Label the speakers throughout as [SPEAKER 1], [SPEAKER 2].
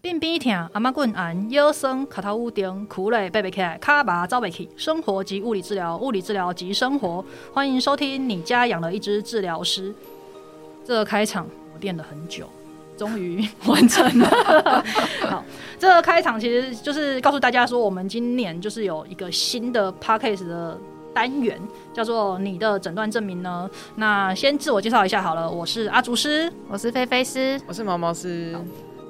[SPEAKER 1] 鬓边疼，颔仔骨红，腰酸，脚头乌顶，跍咧爬袂起来，骹麻走袂去。生活及物理治疗，物理治疗及生活。欢迎收听《你家养了一只治疗师》。这个开场我练了很久，终于完成了。好，这个开场其实就是告诉大家说，我们今年就是有一个新的 p a c k a g e 的单元，叫做“你的诊断证明”呢。那先自我介绍一下好了，我是阿竹师。
[SPEAKER 2] 我是菲菲 师，
[SPEAKER 3] 我是毛毛师，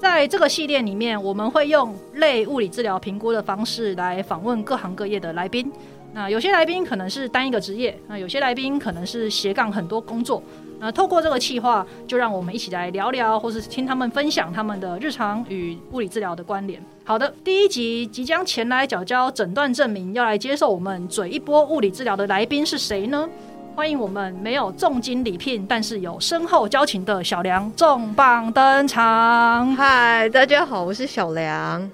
[SPEAKER 1] 在这个系列里面，我们会用类物理治疗评估的方式来访问各行各业的来宾。那有些来宾可能是单一个职业，那有些来宾可能是斜杠很多工作。那透过这个企划，就让我们一起来聊聊，或是听他们分享他们的日常与物理治疗的关联。好的，第一集即将前来缴交诊断证明，要来接受我们嘴一波物理治疗的来宾是谁呢？欢迎我们没有重金礼聘，但是有深厚交情的小梁重磅登场。
[SPEAKER 2] 嗨，大家好，我是小梁。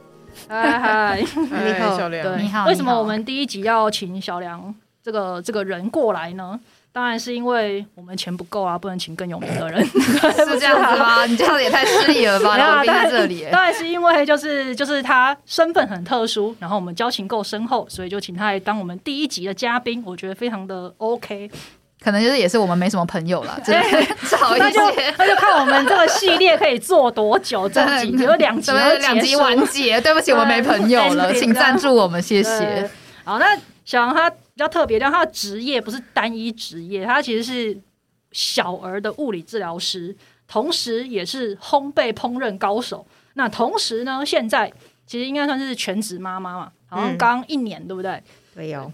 [SPEAKER 1] 嗨嗨，
[SPEAKER 3] 哎
[SPEAKER 2] 你好
[SPEAKER 3] 小
[SPEAKER 1] 对，
[SPEAKER 3] 梁，
[SPEAKER 2] 你好
[SPEAKER 1] 为什么
[SPEAKER 2] 你好
[SPEAKER 1] 我们第一集要请小梁这个这个人过来呢？当然是因为我们钱不够啊，不能请更有名的 人，
[SPEAKER 2] 是这样子吗？你这样子也太失礼了吧？
[SPEAKER 1] 啊 没有啊
[SPEAKER 2] 来宾在这里耶，
[SPEAKER 1] 当然是因为就是就是他身份很特殊，然后我们交情够深厚，所以就请他来当我们第一集的嘉宾，我觉得非常的 OK。
[SPEAKER 2] 可能就是也是我们没什么朋友 了，真的少一
[SPEAKER 1] 那就
[SPEAKER 2] 些。
[SPEAKER 1] 那就看我们这个系列可以做多久，这 集只有两集
[SPEAKER 2] 怎么
[SPEAKER 1] 要
[SPEAKER 2] 两
[SPEAKER 1] 结
[SPEAKER 2] 集
[SPEAKER 1] 束啊
[SPEAKER 2] 完结？对不起，我们没朋友了，
[SPEAKER 1] 对
[SPEAKER 2] 请赞助我们，谢
[SPEAKER 1] 对
[SPEAKER 2] 谢。
[SPEAKER 1] 好，那小杨他比较特别，但他的职业不是单一职业，他其实是小儿的物理治疗师，同时也是烘焙烹饪高手。那同时呢，现在其实应该算是全职妈妈嘛，好像
[SPEAKER 4] 嗯
[SPEAKER 1] 刚一年，对不
[SPEAKER 2] 嗯
[SPEAKER 1] 对？
[SPEAKER 4] 没有，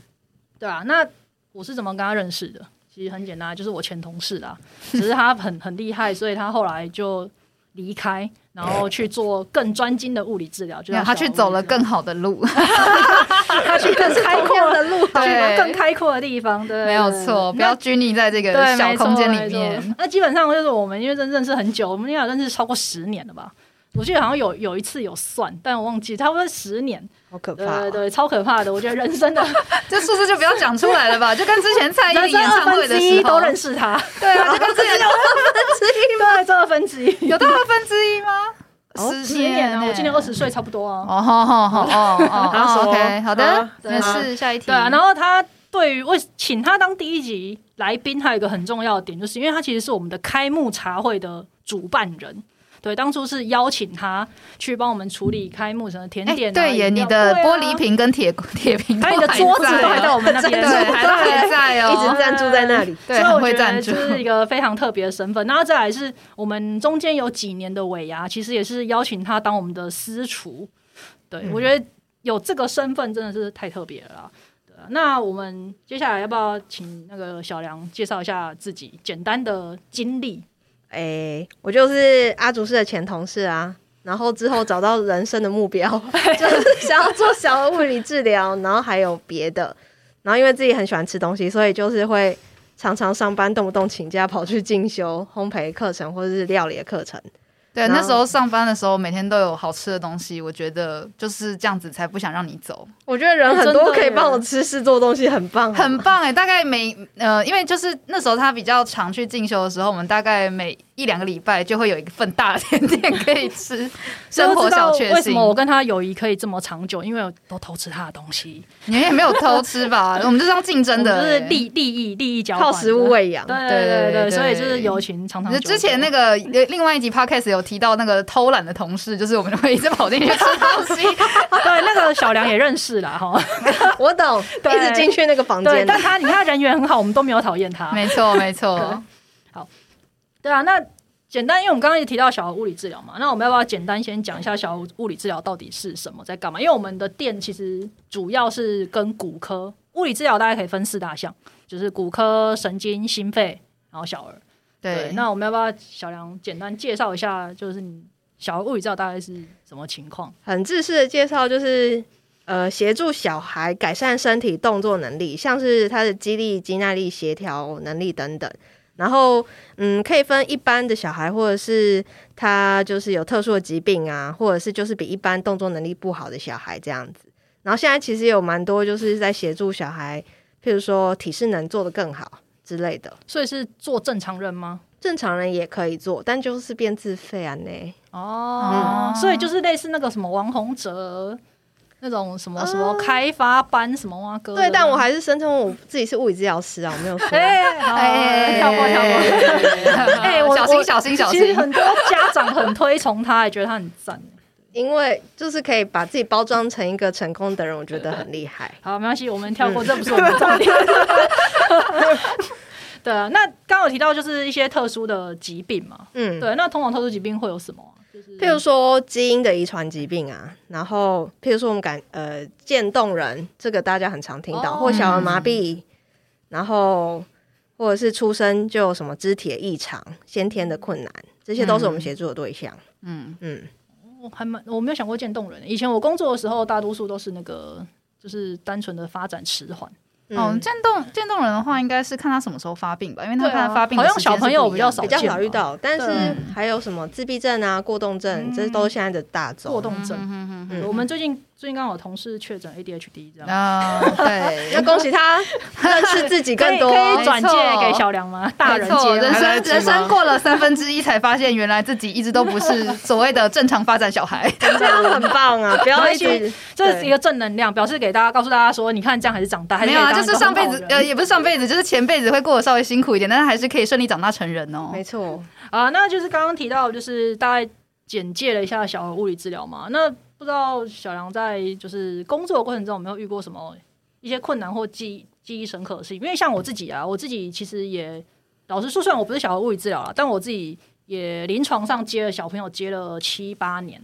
[SPEAKER 1] 对啊，那我是怎么跟他认识的？其实很简单，就是我前同事啦，只是他很很厉害，所以他后来就离开，然后去做更专精的物理治疗，就
[SPEAKER 2] 没有
[SPEAKER 1] 是
[SPEAKER 2] 他去走了更好的路，
[SPEAKER 1] 他去更开阔的路，去
[SPEAKER 2] 对
[SPEAKER 1] 更开阔的地方，对，
[SPEAKER 2] 没有错，不要拘泥在这
[SPEAKER 1] 那
[SPEAKER 2] 个
[SPEAKER 1] 对
[SPEAKER 2] 小空间
[SPEAKER 1] 没
[SPEAKER 2] 里
[SPEAKER 1] 错没
[SPEAKER 2] 面。
[SPEAKER 1] 错那基本上就是我们因为认认识很久，我们应该有认识超过十年了吧？我记得好像有有一次有算，但我忘记，差不多十年，
[SPEAKER 4] 好可
[SPEAKER 1] 对
[SPEAKER 4] 怕、
[SPEAKER 1] 对对，超可怕的。我觉得人生 的
[SPEAKER 2] 这数字就不要讲出来 了吧，就跟之前蔡依
[SPEAKER 1] 人
[SPEAKER 2] 林
[SPEAKER 1] 生
[SPEAKER 2] 演
[SPEAKER 1] 二
[SPEAKER 2] 唱
[SPEAKER 1] 分
[SPEAKER 2] 会的
[SPEAKER 1] 之
[SPEAKER 2] 时
[SPEAKER 1] 一都
[SPEAKER 2] 候，
[SPEAKER 1] 认识 他，
[SPEAKER 2] 对啊，就跟之前
[SPEAKER 1] 对，这二分之一。
[SPEAKER 2] 有到二分之一吗？
[SPEAKER 4] 哦
[SPEAKER 1] 十年啊，
[SPEAKER 2] 呢
[SPEAKER 1] 我今年二十岁，差不多啊。
[SPEAKER 2] 哦吼吼吼 哦哦
[SPEAKER 3] 好
[SPEAKER 2] 哦
[SPEAKER 3] 什么
[SPEAKER 2] ，OK，好的
[SPEAKER 3] 好，
[SPEAKER 2] 那是下一题。
[SPEAKER 1] 对啊，然后他对于为请他当第一集来宾，还有一个很重要的点，就是因为他其实是我们的开幕茶会的主办人。对，当初是邀请他去帮我们处理开幕什么甜
[SPEAKER 2] 哎
[SPEAKER 1] 点啊、
[SPEAKER 2] 对耶，
[SPEAKER 1] 饮
[SPEAKER 2] 你
[SPEAKER 1] 料
[SPEAKER 2] 的
[SPEAKER 1] 对啊
[SPEAKER 2] 玻璃瓶跟铁铁瓶都
[SPEAKER 1] 还
[SPEAKER 2] 还
[SPEAKER 1] 有
[SPEAKER 2] 在哦，
[SPEAKER 1] 你的桌子都还在
[SPEAKER 2] 到
[SPEAKER 1] 我们那边，
[SPEAKER 2] 对，
[SPEAKER 1] 所以
[SPEAKER 2] 还都还在
[SPEAKER 4] 一
[SPEAKER 2] 哦
[SPEAKER 4] 直，赞助在那里，
[SPEAKER 1] 所
[SPEAKER 2] 对，
[SPEAKER 1] 以
[SPEAKER 2] 很
[SPEAKER 1] 我
[SPEAKER 2] 会
[SPEAKER 1] 觉得
[SPEAKER 2] 赞助
[SPEAKER 1] 就。是一个非常特别的身份。然后再来是我们中间有几年的尾牙，其实也是邀请他当我们的私厨。对、我
[SPEAKER 2] 嗯
[SPEAKER 1] 觉得有这个身份真的是太特别了啦。对啊那我们接下来要不要请那个小梁介绍一下自己简单的经历？
[SPEAKER 4] 哎、我就是阿竹师的前同事啊。然后之后找到人生的目标，就是想要做小儿物理治疗，然后还有别的。然后因为自己很喜欢吃东西，所以就是会常常上班，动不动请假跑去进修烘焙课程或者是料理的课程。
[SPEAKER 2] 对，
[SPEAKER 4] 然
[SPEAKER 2] 那
[SPEAKER 4] 后
[SPEAKER 2] 时候上班的时候，每天都有好吃的东西，我觉得就是这样子才不想让你走，
[SPEAKER 4] 我觉得人很
[SPEAKER 1] 真的
[SPEAKER 4] 多
[SPEAKER 1] 耶
[SPEAKER 4] 可以帮我吃事做东西，很棒，啊
[SPEAKER 2] 很棒哎。大概每呃，因为就是那时候他比较常去进修的时候，我们大概每一两个礼拜就会有一份大的甜点可以吃，生活小
[SPEAKER 1] 就知道
[SPEAKER 2] 确
[SPEAKER 1] 为什
[SPEAKER 2] 幸
[SPEAKER 1] 么。我跟他友谊可以这么长久？因为我都偷吃他的东西，
[SPEAKER 2] 你们也没有偷吃吧？我们就是要竞争
[SPEAKER 1] 我
[SPEAKER 2] 的
[SPEAKER 1] 们
[SPEAKER 2] 欸，
[SPEAKER 1] 就是利利益利益交换，
[SPEAKER 4] 靠食物喂养。
[SPEAKER 1] 对对对对，
[SPEAKER 2] 对对对
[SPEAKER 1] 所以就是友情长长久
[SPEAKER 2] 就
[SPEAKER 1] 久。
[SPEAKER 2] 之前那个呃另外一集 podcast 有提到那个偷懒的同事，就是我们会一直跑进去吃 东西，
[SPEAKER 1] 对那个小梁也认识啦，哈。
[SPEAKER 4] 我懂，
[SPEAKER 1] 对
[SPEAKER 4] 一直进去那个房
[SPEAKER 1] 对，
[SPEAKER 4] 间，
[SPEAKER 1] 但他你看他人缘很好，我们都没有讨厌他。
[SPEAKER 2] 没错没错。
[SPEAKER 1] 对啊，那简单，因为我们刚刚也提到小儿物理治疗嘛，那我们要不要简单先讲一下小儿物理治疗到底是什么，在干嘛？因为我们的店其实主要是跟骨科物理治疗，大概可以分四大项，就是骨科、神经、心肺，然后小儿。
[SPEAKER 2] 对，
[SPEAKER 1] 那我们要不要小梁简单介绍一下，就是你小儿物理治疗大概是什么情况？
[SPEAKER 4] 很自私的介绍，就是呃，协助小孩改善身体动作能力，像是他的肌力、肌耐力、协调能力等等。然后，嗯，可以分一般的小孩，或者是他就是有特殊的疾病啊，或者是就是比一般动作能力不好的小孩这样子。然后现在其实有蛮多就是在协助小孩，譬如说体适能做得更好之类的。
[SPEAKER 1] 所以是做正常人吗？
[SPEAKER 4] 正常人也可以做，但就是变自费啊呢。
[SPEAKER 1] 哦，所以就是类似那个什么王洪哲那种什么什么开发班什么哇哥的，
[SPEAKER 4] 对，但我还是声称我自己是物理治疗师啊，我没有 说。
[SPEAKER 1] 哎，好跳过跳过。
[SPEAKER 2] 过
[SPEAKER 1] 哎我
[SPEAKER 2] 小
[SPEAKER 1] 我
[SPEAKER 2] 心小心小
[SPEAKER 1] 其实
[SPEAKER 2] 心，
[SPEAKER 1] 很多家长很推崇他，也觉得他很赞。。
[SPEAKER 4] 因为就是可以把自己包装成一个成功的人，我觉得很厉害
[SPEAKER 1] 好，没关系，我们跳过，这不是我们的重点。对啊，那刚有提到就是一些特殊的疾病嘛，
[SPEAKER 4] 嗯，
[SPEAKER 1] 对，那通常特殊疾病会有什么啊？就是
[SPEAKER 4] 譬如说基因的遗传疾病啊，然后譬如说我们感呃渐冻人，这个大家很常听到，
[SPEAKER 1] 哦
[SPEAKER 4] 或小儿麻痹，然后或者是出生就有什么肢体的异常、先天的困难，这些都是我们协助的对象。
[SPEAKER 2] 嗯，
[SPEAKER 4] 嗯，
[SPEAKER 1] 我还蛮我没有想过渐冻人，以前我工作的时候，大多数都是那个就是单纯的发展迟缓，
[SPEAKER 4] 嗯
[SPEAKER 2] 哦，渐冻渐冻人的话，应该是看他什么时候发病吧，因为他
[SPEAKER 1] 对啊
[SPEAKER 2] 看他发病的
[SPEAKER 1] 好像
[SPEAKER 2] 时间是
[SPEAKER 1] 小朋友
[SPEAKER 2] 不一样的
[SPEAKER 1] 少
[SPEAKER 4] 比较
[SPEAKER 1] 见
[SPEAKER 4] 少遇
[SPEAKER 1] 嘛
[SPEAKER 4] 到，但
[SPEAKER 1] 对
[SPEAKER 4] 是还有什么自闭症啊、过动症，
[SPEAKER 1] 嗯
[SPEAKER 4] 这都是现在的大众。
[SPEAKER 1] 过动症。
[SPEAKER 2] 嗯嗯嗯
[SPEAKER 1] 对我们最近最近刚好有同事确诊 ADHD 这样。
[SPEAKER 2] 嗯，啊，对，
[SPEAKER 4] 那恭喜他认识自己更多，
[SPEAKER 1] 可以可以转
[SPEAKER 2] 没错
[SPEAKER 1] 借给小梁吗？ 大人
[SPEAKER 2] 没错
[SPEAKER 1] 借吗
[SPEAKER 2] 人
[SPEAKER 3] 还来
[SPEAKER 2] 生
[SPEAKER 3] 得及吗
[SPEAKER 2] 人生过了三分之一，才发现原来自己一直都不 是所谓的正常发展小孩。
[SPEAKER 4] 这样很棒啊！不要一直
[SPEAKER 1] 这是一个正能量，表示给大家，告诉大家说，你看这样还是长大，还
[SPEAKER 2] 没
[SPEAKER 1] 是
[SPEAKER 2] 有啊，
[SPEAKER 1] 可以
[SPEAKER 2] 就
[SPEAKER 1] 当一
[SPEAKER 2] 是
[SPEAKER 1] 个
[SPEAKER 2] 上辈
[SPEAKER 1] 很好
[SPEAKER 2] 子
[SPEAKER 1] 的
[SPEAKER 2] 呃，
[SPEAKER 1] 人
[SPEAKER 2] 也不是上辈子，就是前辈子会过得稍微辛苦一点，但是还是可以顺利长大成人哦。
[SPEAKER 4] 没错，
[SPEAKER 1] 啊，那就是刚刚提到，就是大概简介了一下小儿物理治疗嘛。那不知道小梁在就是工作的过程中有没有遇过什么一些困难或记记忆深刻的事情？因为像我自己啊，我自己其实也老实说，虽然我不是小儿物理治疗啦，但我自己也临床上接了小朋友接了七八年，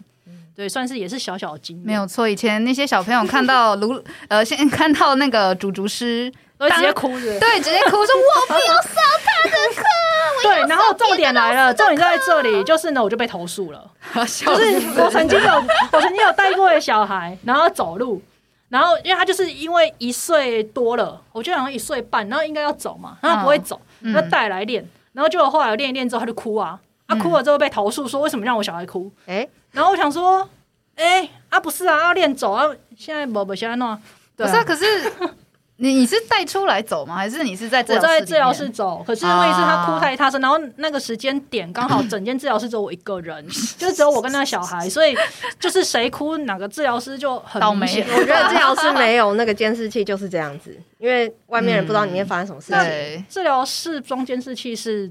[SPEAKER 1] 对，算是也是小小的经历，
[SPEAKER 2] 嗯没有错，以前那些小朋友看到卢呃，先看到那个竹竹师，
[SPEAKER 1] 都会直接
[SPEAKER 2] 当
[SPEAKER 1] 哭着。
[SPEAKER 2] 对，直接哭说我不要上。
[SPEAKER 1] 对，然后重点来了，重点
[SPEAKER 2] 啊
[SPEAKER 1] 在这里，就是呢，我就被投诉 了。
[SPEAKER 2] 就
[SPEAKER 1] 就是我曾经有，我曾经有带过的小孩，然后走路，然后因为他就是因为一岁多了，我觉得好像一岁半，然后应该要走嘛，然后他不会走，
[SPEAKER 2] 嗯嗯
[SPEAKER 1] 那带来练，然后结果后来我练一练之后他就哭啊，他、哭了之后被投诉说为什么让我小孩哭，
[SPEAKER 4] 哎，
[SPEAKER 1] 然后我想说，哎、啊不是啊，要练走啊，现在不不现在弄，
[SPEAKER 2] 不
[SPEAKER 1] 对
[SPEAKER 2] 是啊，可是你你是带出来走吗？还是你是在治
[SPEAKER 1] 我
[SPEAKER 2] 疗
[SPEAKER 1] 在
[SPEAKER 2] 里
[SPEAKER 1] 治疗
[SPEAKER 2] 面
[SPEAKER 1] 室？走，可是问题是他哭太
[SPEAKER 4] 啊
[SPEAKER 1] 大声，然后那个时间点刚好整间治疗室只有我一个人， 就只有我跟那个小孩，所以就是谁哭哪个治疗师就很
[SPEAKER 2] 倒霉
[SPEAKER 1] 明显
[SPEAKER 4] 我觉得治疗师没有那个监视器就是这样子，因为外面人不知道里面发生什么事情。
[SPEAKER 2] 对，
[SPEAKER 1] 治疗室装监视器是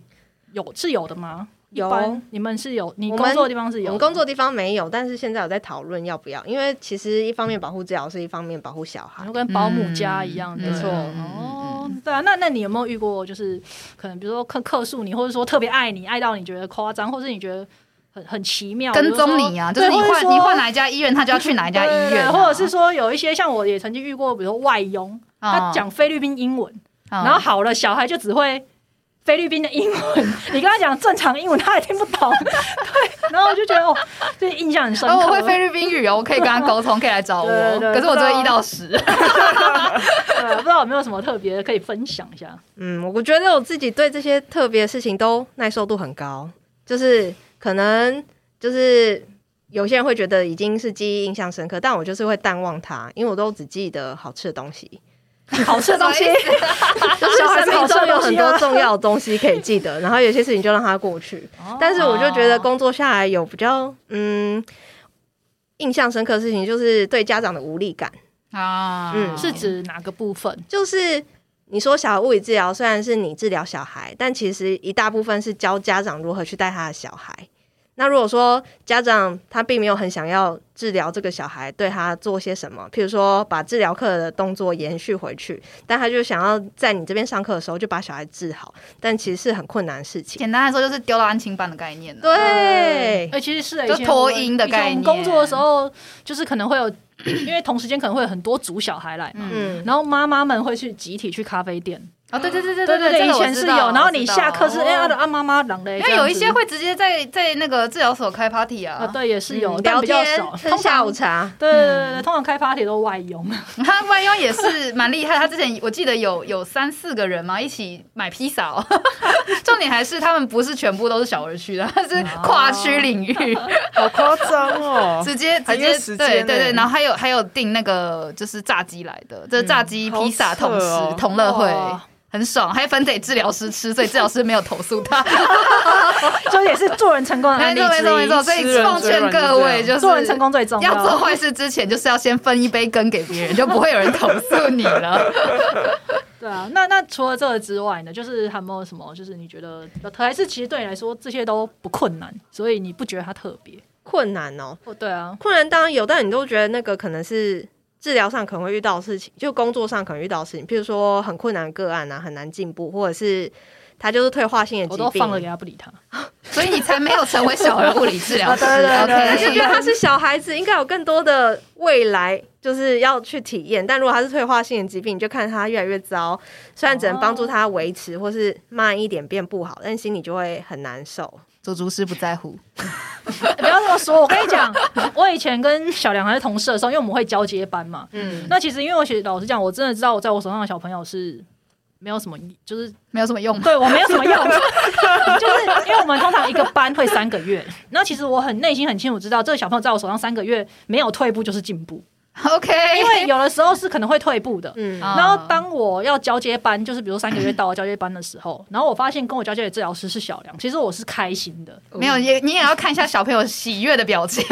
[SPEAKER 1] 有是有的吗？
[SPEAKER 4] 有
[SPEAKER 1] 一般你们是有，你
[SPEAKER 4] 我
[SPEAKER 1] 工
[SPEAKER 4] 们
[SPEAKER 1] 作的地方是有
[SPEAKER 4] 我
[SPEAKER 1] 的，
[SPEAKER 4] 们工作地方没有，但是现在有在讨论要不要，因为其实一方面保护治疗师，一方面保护小孩
[SPEAKER 1] 就。跟保姆家一样，
[SPEAKER 2] 嗯
[SPEAKER 1] 对
[SPEAKER 4] 没错
[SPEAKER 1] 哦，对啊，那那你有没有遇过，就是可能比如说客客诉你，或者说特别爱你，爱到你觉得夸张，或是你觉得很很奇妙，
[SPEAKER 2] 跟踪你啊，
[SPEAKER 1] 呀，
[SPEAKER 2] 就是你
[SPEAKER 1] 对或者
[SPEAKER 2] 换
[SPEAKER 1] 说
[SPEAKER 2] 你换哪一家医院，他就要去哪一家医
[SPEAKER 1] 对对
[SPEAKER 2] 院
[SPEAKER 1] 对
[SPEAKER 2] 啊，
[SPEAKER 1] 或者是说有一些像我也曾经遇过，比如说外佣，他
[SPEAKER 2] 哦
[SPEAKER 1] 讲菲律宾英文，
[SPEAKER 2] 嗯
[SPEAKER 1] 然后好了，小孩就只会菲律宾的英 文，你跟他讲正常英文，他也听不懂。对，然后我就觉得哦，这印象很深刻。
[SPEAKER 2] 哦，我会菲律宾语哦，我可以跟他 沟通，可以来找我。
[SPEAKER 1] 对对啊
[SPEAKER 2] 可是我只
[SPEAKER 1] 不知道
[SPEAKER 2] 会一到十，
[SPEAKER 1] 对不知道有没有什么特别的可以分享一 下？
[SPEAKER 4] 嗯，我觉得我自己对这些特别的事情都耐受度很高，就是可能就是有些人会觉得已经是记忆印象深刻，但我就是会淡忘它，因为我都只记得好吃的东西，
[SPEAKER 1] 好吃的东西，
[SPEAKER 4] 就是
[SPEAKER 1] 小孩
[SPEAKER 4] 生
[SPEAKER 1] 子
[SPEAKER 4] 命
[SPEAKER 1] 好吃
[SPEAKER 4] 中
[SPEAKER 1] 的
[SPEAKER 4] 有
[SPEAKER 1] 东
[SPEAKER 4] 很
[SPEAKER 1] 西
[SPEAKER 4] 多
[SPEAKER 1] 啊。
[SPEAKER 4] 重要的东西可以记得，然后有些事情就让它过去。
[SPEAKER 1] 哦
[SPEAKER 4] 但是我就觉得工作下来有比较嗯印象深刻的事情，就是对家长的无力感。
[SPEAKER 2] 啊
[SPEAKER 4] 嗯
[SPEAKER 1] 是指哪个部分？
[SPEAKER 4] 就是你说小物理治疗虽然是你治疗小孩，但其实一大部分是教家长如何去带他的小孩。那如果说家长他并没有很想要治疗这个小孩，对他做些什么，譬如说把治疗课的动作延续回去，但他就想要在你这边上课的时候就把小孩治好，但其实是很困难的事情。
[SPEAKER 2] 简单来说就是丢到安亲班的概念啊。
[SPEAKER 4] 对
[SPEAKER 1] 哎、，其实是的
[SPEAKER 2] 就
[SPEAKER 1] 以前我
[SPEAKER 2] 脱音的概念
[SPEAKER 1] 以前我们工作的时候，就是可能会有，因为同时间可能会有很多组小孩来嘛，
[SPEAKER 4] 嗯，
[SPEAKER 1] 然后妈妈们会去集体去咖啡店，
[SPEAKER 2] 啊，对对对对
[SPEAKER 1] 对
[SPEAKER 2] 对
[SPEAKER 1] 对
[SPEAKER 2] 这
[SPEAKER 1] 对，以
[SPEAKER 2] 个我
[SPEAKER 1] 前是
[SPEAKER 2] 知道
[SPEAKER 1] 有，然后你下课是
[SPEAKER 2] 我知
[SPEAKER 1] 哎
[SPEAKER 2] 道
[SPEAKER 1] 阿的阿妈妈朗的，
[SPEAKER 2] 因
[SPEAKER 1] 这
[SPEAKER 2] 为
[SPEAKER 1] 样
[SPEAKER 2] 有一些
[SPEAKER 1] 子
[SPEAKER 2] 会直接在在那个治疗所开 party
[SPEAKER 1] 啊，
[SPEAKER 2] 啊，
[SPEAKER 1] 对，也是有，但
[SPEAKER 4] 嗯聊
[SPEAKER 1] 比较
[SPEAKER 4] 天
[SPEAKER 1] 少，
[SPEAKER 4] 吃
[SPEAKER 1] 通
[SPEAKER 4] 下
[SPEAKER 1] 常
[SPEAKER 4] 午茶，
[SPEAKER 1] 对对对
[SPEAKER 2] 嗯
[SPEAKER 1] 对，通常开 party 都外佣，
[SPEAKER 2] 他 万庸也是蛮厉害，他之前我记得有有三四个人嘛一起买披萨、哦， 重点还是他们不是全部都是小儿区的，他是
[SPEAKER 1] 哦
[SPEAKER 2] 跨区领域，
[SPEAKER 3] 好夸张 哦！
[SPEAKER 2] 直接
[SPEAKER 3] 还
[SPEAKER 2] 直
[SPEAKER 3] 约
[SPEAKER 2] 接
[SPEAKER 3] 时
[SPEAKER 2] 对
[SPEAKER 3] 间
[SPEAKER 2] 对
[SPEAKER 3] 呢
[SPEAKER 2] 对，然后还有
[SPEAKER 1] 嗯
[SPEAKER 2] 还有订那个就是炸鸡来的，这炸鸡披萨
[SPEAKER 3] 好扯
[SPEAKER 2] 同
[SPEAKER 3] 哦
[SPEAKER 2] 时同乐会
[SPEAKER 1] 哇。
[SPEAKER 2] 很爽，还分给治疗师吃，所以治疗师没有投诉 他。
[SPEAKER 1] 所以也是做人成 功的案例
[SPEAKER 2] 没错没错
[SPEAKER 1] 之
[SPEAKER 2] 没
[SPEAKER 1] 一。
[SPEAKER 2] 错，所以奉劝各位哎就是
[SPEAKER 1] 做人成功最重
[SPEAKER 2] 要做
[SPEAKER 1] 要。
[SPEAKER 2] 坏事之前，就是要先分一杯羹给别人，就不会有人投诉你 了。
[SPEAKER 1] 对啊，那那除了这个之外呢，就是还有没有什么？就是你觉得呃还是其实对你来说这些都不困难，所以你不觉得它特别？
[SPEAKER 4] 困难哦，
[SPEAKER 1] 哦，对啊，
[SPEAKER 4] 困难当然有，但你都觉得那个可能是治疗上可能会遇到的事情，就工作上可能遇到的事情，譬如说很困难的个案啊，很难进步，或者是他就是退化性的
[SPEAKER 1] 我
[SPEAKER 4] 疾
[SPEAKER 1] 都
[SPEAKER 4] 病
[SPEAKER 1] 放 了。给他不理他。
[SPEAKER 2] 所以你才没有成为小儿物理治疗 师。
[SPEAKER 1] 啊对对对
[SPEAKER 2] OK
[SPEAKER 4] 但是 因为他是小孩子，应该有更多的未来就是要去体验。但如果他是退化性的疾病，你就看他越来越糟，虽然只能帮助他维持，或是慢一点变不好，但心里就会很难受。
[SPEAKER 2] 做厨师不在乎，
[SPEAKER 1] 不要这么说，我跟你讲，我以前跟小梁还是同事的时候，因为我们会交接班嘛。
[SPEAKER 4] 嗯，
[SPEAKER 1] 那其实因为我其实老实讲，我真的知道我在我手上的小朋友是没有什么，就是
[SPEAKER 2] 没有什么用。
[SPEAKER 1] 对我没有什么 用，就是因为我们通常一个班会三个月。那其实我很内心很清楚知道，这个小朋友在我手上三个月没有退步就是进步，
[SPEAKER 2] OK，
[SPEAKER 1] 因为有的时候是可能会退步的。
[SPEAKER 4] 嗯
[SPEAKER 2] 啊
[SPEAKER 1] 然后当我要交接班，就是比如三个月到了交接班的时候，然后我发现跟我交接的治疗师是小梁，其实我是开心的，
[SPEAKER 2] 没有也你也要看一下小朋友喜悦的表情，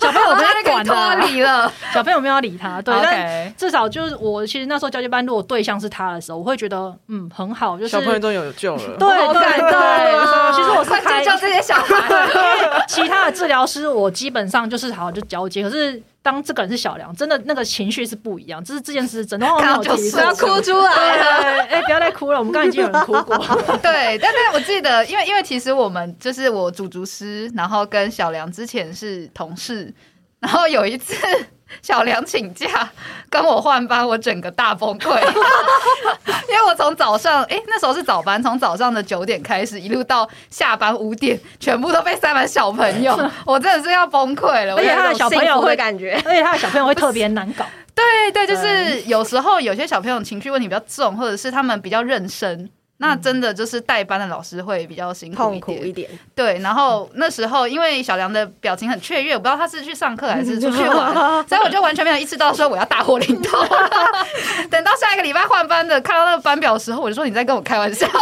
[SPEAKER 1] 小朋友不
[SPEAKER 2] 他
[SPEAKER 1] 在
[SPEAKER 2] 就
[SPEAKER 1] 管
[SPEAKER 2] 可以
[SPEAKER 1] 的啊
[SPEAKER 2] 脱离了。
[SPEAKER 1] 小朋友没有要理 他，对
[SPEAKER 2] OK
[SPEAKER 1] 但至少就是我，其实那时候交接班，如果对象是他的时候，我会觉得嗯很好，就是
[SPEAKER 3] 小朋友 都有救了。
[SPEAKER 1] 对
[SPEAKER 2] 好感
[SPEAKER 1] 对
[SPEAKER 2] 动啊
[SPEAKER 1] 对，其实我是
[SPEAKER 2] 快
[SPEAKER 1] 开
[SPEAKER 2] 救救这些小孩。
[SPEAKER 1] 其他的治疗师，我基本上就是好就交接，可是当这个人是小梁，真的那个情绪是不一样，这是这件事真的哦 我没
[SPEAKER 2] 看到
[SPEAKER 1] 有
[SPEAKER 2] 就
[SPEAKER 1] 提
[SPEAKER 2] 是要
[SPEAKER 1] 过。
[SPEAKER 2] 哭出 来
[SPEAKER 1] 对，
[SPEAKER 2] 了。
[SPEAKER 1] 哎，不要再哭了，我们刚刚已经有人哭 过。
[SPEAKER 2] 对，但但我记得，因为因为其实我们就是我主厨师，然后跟小梁之前是同事，然后有一次 小梁请假跟我换班，我整个大崩溃， 因为我从早上诶，那时候是早班，从早上的九点开始，一路到下班五点，全部都被塞满小朋 友，我真的是要崩溃了。我
[SPEAKER 1] 而
[SPEAKER 4] 哎
[SPEAKER 1] 且他的小朋友
[SPEAKER 4] 会
[SPEAKER 1] 会，
[SPEAKER 4] 感觉，
[SPEAKER 1] 而且他的小朋友会特别难搞。
[SPEAKER 2] 对对，就是有时候有些小朋友情绪问题比较重，或者是他们比较认生。那真的就是带班的老师会比较辛苦
[SPEAKER 4] 嗯痛
[SPEAKER 2] 一
[SPEAKER 4] 苦
[SPEAKER 2] 点，
[SPEAKER 4] 一点。
[SPEAKER 2] 对，然后
[SPEAKER 1] 嗯
[SPEAKER 2] 那时候因为小梁的表情很雀跃，我不知道他是去上课还是出去
[SPEAKER 1] 嗯
[SPEAKER 2] 玩，所以我就完全没有意识到说我要大祸临 头。等到下一个礼拜换班的，看到那个班表的时候，我就说你在跟我开玩笑。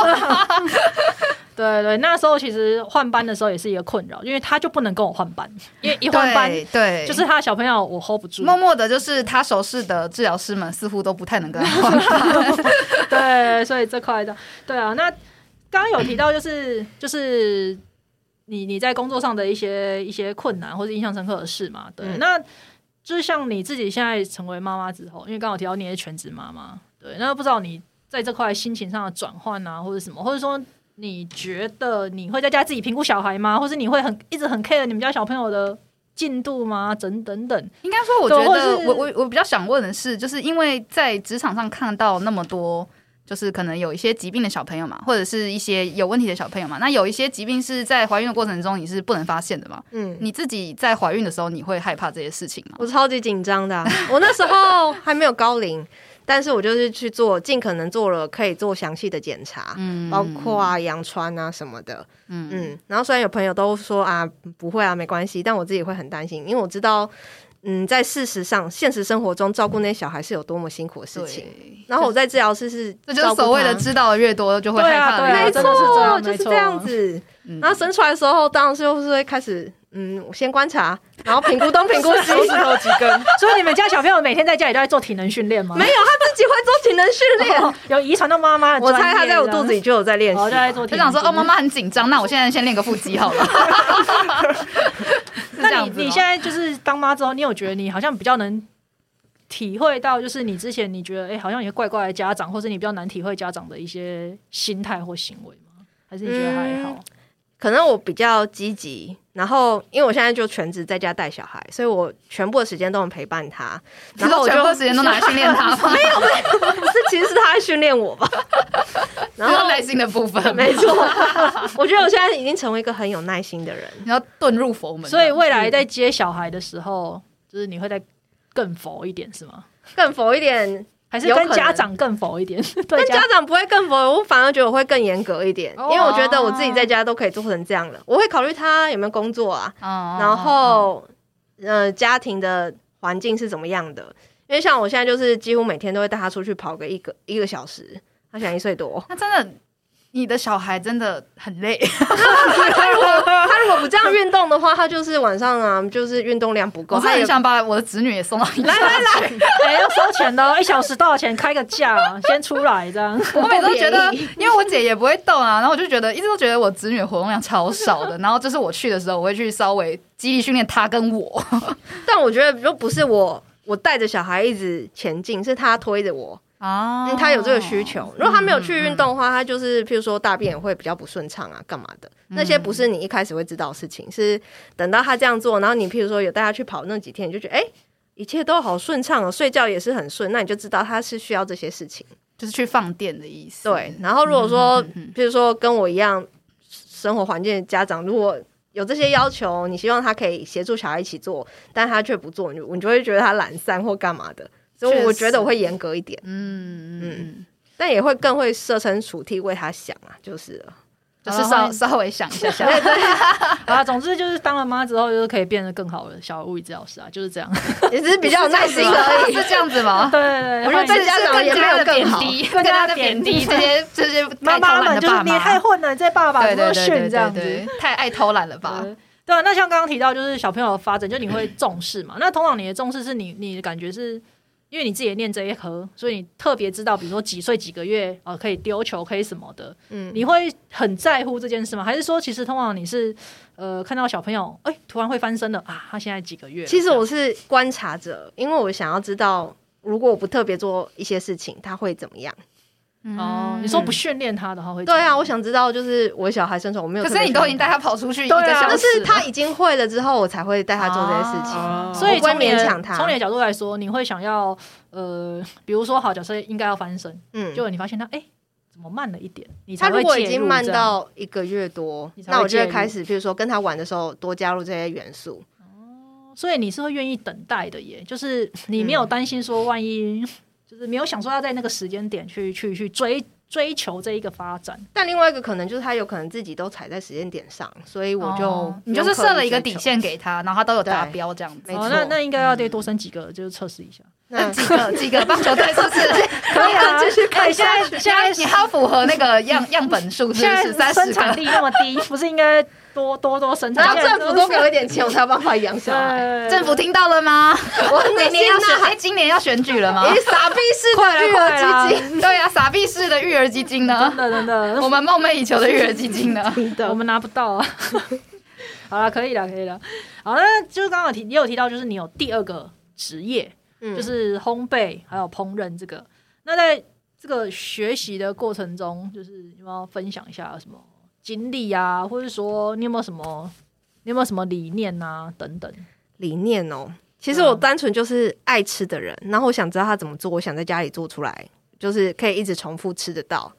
[SPEAKER 1] 对对，那时候其实换班的时候也是一个困扰，因为他就不能跟我换班，因为一换班
[SPEAKER 2] 对对，
[SPEAKER 1] 就是他的小朋友我 hold 不住。
[SPEAKER 2] 默默的，就是他熟识的治疗师们似乎都不太能 跟他换班。
[SPEAKER 1] 对，所以这块的，对啊。那刚刚有提到，就是 就是你你在工作上的一些一些困难或者印象深刻的事嘛？对，
[SPEAKER 4] 嗯
[SPEAKER 1] 那就是像你自己现在成为妈妈之后，因为刚刚有提到你也是全职妈妈，对，那不知道你在这块心情上的转换啊，或者什么，或者说。你觉得你会在家自己评估小孩吗？或是你会很一直很 care 你们家小朋友的进度吗？等等等，
[SPEAKER 2] 应该说，我觉
[SPEAKER 1] 对或
[SPEAKER 2] 得
[SPEAKER 1] 是
[SPEAKER 2] 我我我比较想问的是，就是因为在职场上看到那么多，就是可能有一些疾病的小朋友嘛，或者是一些有问题的小朋友嘛，那有一些疾病是在怀孕的过程中你是不能发现的嘛。
[SPEAKER 4] 嗯，
[SPEAKER 2] 你自己在怀孕的时候，你会害怕这些事情吗？
[SPEAKER 4] 我超级紧张的啊、我那时候还没有高龄，但是我就是去做，尽可能做了可以做详细的检查，
[SPEAKER 2] 嗯
[SPEAKER 4] 包括啊羊穿啊什么的，
[SPEAKER 2] 嗯
[SPEAKER 4] 嗯。然后虽然有朋友都说啊不会啊没关系，但我自己会很担心，因为我知道，嗯，在事实上现实生活中照顾那些小孩是有多么辛苦的事情。
[SPEAKER 2] 对，
[SPEAKER 4] 然后我在治疗室是
[SPEAKER 2] 这就是所谓的知道的越多，就会害怕的
[SPEAKER 1] 对啊
[SPEAKER 2] 越
[SPEAKER 4] 没
[SPEAKER 1] 真
[SPEAKER 4] 错
[SPEAKER 1] 的是这样，
[SPEAKER 4] 就
[SPEAKER 1] 没
[SPEAKER 4] 是
[SPEAKER 1] 错
[SPEAKER 4] 这样子。
[SPEAKER 2] 嗯
[SPEAKER 4] 然后生出来的时候，当然是就是会开始，嗯，我先观察，然后评估东评估 西，
[SPEAKER 3] 手指头几根，
[SPEAKER 1] 所以你们家小朋友每天在家里都在做体能训练吗？
[SPEAKER 4] 没有他自己会做体能 训练。
[SPEAKER 1] 哦有遗传到妈妈的
[SPEAKER 4] 我
[SPEAKER 1] 专业
[SPEAKER 4] 猜
[SPEAKER 1] 这样，
[SPEAKER 4] 他在我肚子里就有在练
[SPEAKER 1] 哦，就
[SPEAKER 4] 习。
[SPEAKER 1] 在做体
[SPEAKER 2] 就
[SPEAKER 1] 能训练。
[SPEAKER 2] 想说，哦，妈妈很紧张，那我现在先练个腹 肌好了。是这
[SPEAKER 1] 那
[SPEAKER 2] 样
[SPEAKER 1] 你
[SPEAKER 2] 子吗
[SPEAKER 1] 你现在就是当妈之后，你有觉得你好像比较能体会到，就是你之前你觉得哎、好像有些怪怪的家长，或者你比较难体会家长的一些心态或行为吗？还是你觉得还好？
[SPEAKER 4] 可能我比较积极，然后因为我现在就全职在家带小孩，所以我全部的时间都能陪伴他。然后我
[SPEAKER 2] 你
[SPEAKER 4] 就
[SPEAKER 2] 说全部时 间都拿来训练 他吗？没有，
[SPEAKER 4] 是其实是他在训练我吧。然
[SPEAKER 2] 只有
[SPEAKER 4] 后
[SPEAKER 2] 耐心的部分。
[SPEAKER 4] 没错，我觉得我现在已经成为一个很有耐心的人。
[SPEAKER 2] 你要遁入佛
[SPEAKER 4] 嗯
[SPEAKER 2] 门，嗯
[SPEAKER 1] 所以未来在接小孩的时候，就是你会再更佛一点是吗？
[SPEAKER 4] 更佛一点，
[SPEAKER 1] 还是
[SPEAKER 4] 有可
[SPEAKER 1] 跟
[SPEAKER 4] 能
[SPEAKER 1] 家长更佛一点？ 对
[SPEAKER 4] 但家长不会更佛，我反而觉得我会更严格一点，
[SPEAKER 2] 哦
[SPEAKER 4] 因为我觉得我自己在家都可以做成这样了。我会考虑他有没有工作啊，
[SPEAKER 2] 嗯，
[SPEAKER 4] 然
[SPEAKER 2] 然，
[SPEAKER 4] 后呃家庭的环境是怎么样的？因为像我现在就是几乎每天都会带他出去跑个一个一个小时，他想一岁多
[SPEAKER 2] 那真的，你的小孩真的很累，
[SPEAKER 4] 他如果他如果不这样运动的话，他就是晚上啊，就是运动量不够，
[SPEAKER 2] 我真的
[SPEAKER 4] 他也
[SPEAKER 2] 很想把我的子女也送到你家。
[SPEAKER 1] 哎、要收钱的哦，一小时多少钱？开个价，啊先出来这样。
[SPEAKER 2] 我每次都觉得
[SPEAKER 4] 不便宜，
[SPEAKER 2] 因为我姐也不会动啊，然后我就觉得一直都觉得我子女的活动量超少的，然后就是我去的时候，我会去稍微激励训练她跟我。
[SPEAKER 4] 但我觉得如果不是我，我带着小孩一直前进，是他推着我，
[SPEAKER 2] 啊
[SPEAKER 4] 因为他有这个需求。如果他没有去运动的话，他就是譬如说大便也会比较不顺畅啊，干嘛的？那些不是你一开始会知道的事情，是等到他这样做，然后你譬如说有带他去跑那几天，你就觉得哎、诶一切都好顺畅哦，睡觉也是很顺，那你就知道他是需要这些事情。
[SPEAKER 2] 就是去放电的意思。
[SPEAKER 4] 对，，然后如果
[SPEAKER 2] 嗯
[SPEAKER 4] 说，譬如说跟我一样生活环境的家长，如果有这些要求，你希望他可以协助小孩一起做，但他却不做，你就你就会觉得他懒散或干嘛的。所以我
[SPEAKER 2] 确实
[SPEAKER 4] 觉得我会严格一点，
[SPEAKER 2] 嗯嗯，
[SPEAKER 4] 但也会更会设身处地为他想啊，就是了
[SPEAKER 2] 就是
[SPEAKER 1] 好
[SPEAKER 2] 稍
[SPEAKER 1] 了
[SPEAKER 2] 稍微想一下下。
[SPEAKER 1] 啊，总之就是当了妈之后，就是可以变得更好的小物理治疗师啊，就是这样。
[SPEAKER 4] 也只是比较有耐心而
[SPEAKER 2] 是
[SPEAKER 4] 已。
[SPEAKER 2] 这样 子吗？
[SPEAKER 1] 对 对对，
[SPEAKER 4] 我觉
[SPEAKER 1] 欢
[SPEAKER 4] 得
[SPEAKER 1] 迎
[SPEAKER 4] 在家长也没有更好
[SPEAKER 2] 更加的贬低这些这些
[SPEAKER 1] 妈
[SPEAKER 2] 太偷
[SPEAKER 1] 妈
[SPEAKER 2] 懒
[SPEAKER 1] 们
[SPEAKER 2] 的
[SPEAKER 1] 就是
[SPEAKER 2] 爸
[SPEAKER 1] 你也太
[SPEAKER 2] 妈。
[SPEAKER 1] 混了，你这爸爸
[SPEAKER 2] 对
[SPEAKER 1] 怎么
[SPEAKER 2] 对对
[SPEAKER 1] 训
[SPEAKER 2] 对
[SPEAKER 1] 这样
[SPEAKER 2] 对
[SPEAKER 1] 子？
[SPEAKER 2] 对，太爱偷懒了吧？
[SPEAKER 1] 对对啊，那像刚刚提到，就是小朋友的发展，就你会重视嘛？那通常你的重视是你你的感觉是，因为你自己也念这一科，所以你特别知道，比如说几岁几个月呃可以丢球，可以什么的，
[SPEAKER 4] 嗯，
[SPEAKER 1] 你会很在乎这件事吗？还是说其实通常你是呃看到小朋友哎、突然会翻身了啊，他现在几个月了？
[SPEAKER 4] 其实
[SPEAKER 1] 这样
[SPEAKER 4] 我是观察者，因为我想要知道，如果我不特别做一些事情，他会怎么样？
[SPEAKER 2] 嗯
[SPEAKER 1] 哦，你说不训练他的话会
[SPEAKER 4] 对啊，
[SPEAKER 1] 我
[SPEAKER 4] 我想知道，就是我小孩身手，我没有
[SPEAKER 2] 可
[SPEAKER 4] 特别
[SPEAKER 2] 是
[SPEAKER 4] 想到。
[SPEAKER 2] 你都已经带他跑出去一
[SPEAKER 1] 对啊
[SPEAKER 2] 个小时了，
[SPEAKER 4] 但是他已经会了之后，我才会带他做这些事情。
[SPEAKER 3] 哦
[SPEAKER 1] 所以
[SPEAKER 4] 我不会
[SPEAKER 1] 从你的
[SPEAKER 4] 勉强他
[SPEAKER 1] 从你的角度来说，你会想要呃，比如说好，假设应该要翻身，
[SPEAKER 4] 嗯，
[SPEAKER 1] 就你发现他哎、怎么慢了一点，你
[SPEAKER 4] 他
[SPEAKER 1] 才
[SPEAKER 4] 如
[SPEAKER 1] 会
[SPEAKER 4] 果
[SPEAKER 1] 介
[SPEAKER 4] 已
[SPEAKER 1] 入
[SPEAKER 4] 经慢
[SPEAKER 1] 这样
[SPEAKER 4] 到一个月多
[SPEAKER 1] 你，才会
[SPEAKER 4] 那我就会
[SPEAKER 1] 介入
[SPEAKER 4] 开始，比如说跟他玩的时候多加入这些元素。
[SPEAKER 1] 所以你是会愿意等待的耶，就是你没有
[SPEAKER 4] 嗯
[SPEAKER 1] 担心说万一，就是没有想说要在那个时间点去去去追追求这一个发展。
[SPEAKER 4] 但另外一个可能就是他有可能自己都踩在时间点上，所以我就、
[SPEAKER 2] 哦你就是设了一个底。线给他，然后他都有达
[SPEAKER 4] 对
[SPEAKER 2] 标这样子
[SPEAKER 4] 没。
[SPEAKER 1] 哦，
[SPEAKER 4] 错嗯
[SPEAKER 1] 那那应该要对多生几个，就是测试一下。
[SPEAKER 4] 那
[SPEAKER 2] 几个几个棒球队是不是？可以
[SPEAKER 1] 啊
[SPEAKER 2] 继续看
[SPEAKER 1] 现在现在
[SPEAKER 2] 你还要符合那个样样本数，是不是
[SPEAKER 1] 现在
[SPEAKER 2] 三
[SPEAKER 1] 生
[SPEAKER 2] 十
[SPEAKER 1] 产
[SPEAKER 2] 个？
[SPEAKER 1] 力那么低，不是应该多多多生
[SPEAKER 4] 然
[SPEAKER 1] 产？啊
[SPEAKER 4] 后政府多给我一点钱，我才有办法养小孩。
[SPEAKER 1] 对
[SPEAKER 2] 政府听到了吗？
[SPEAKER 4] 我很
[SPEAKER 2] 明
[SPEAKER 4] 年
[SPEAKER 2] 年
[SPEAKER 4] 轻
[SPEAKER 2] 要选，
[SPEAKER 4] 啊，
[SPEAKER 2] 哎，今年要选举 了吗
[SPEAKER 4] 你？傻逼式
[SPEAKER 1] 快
[SPEAKER 4] 的
[SPEAKER 1] 了
[SPEAKER 4] 育
[SPEAKER 1] 快了
[SPEAKER 4] 儿基 金，
[SPEAKER 2] 对呀，傻逼式的育儿基
[SPEAKER 1] 真
[SPEAKER 2] 金呢？
[SPEAKER 1] 的真的，
[SPEAKER 2] 我们梦寐以求的育儿基金呢？
[SPEAKER 1] 我们拿不到啊。 好了，可以了，可以了。好，那就是刚好提也有提到，就是你有第二个职业，
[SPEAKER 4] 嗯
[SPEAKER 1] 就是烘焙还有烹饪这个。那在这个学习的过程中，就是有没有分享一下有什么经历啊，或者说你有没有什么，你有没有什么理念啊等等？
[SPEAKER 4] 理念哦。其
[SPEAKER 1] 嗯
[SPEAKER 4] 实我单纯就是爱吃的人，然后我想知道他怎么做，我想在家里做出来，就是可以一直重复吃得到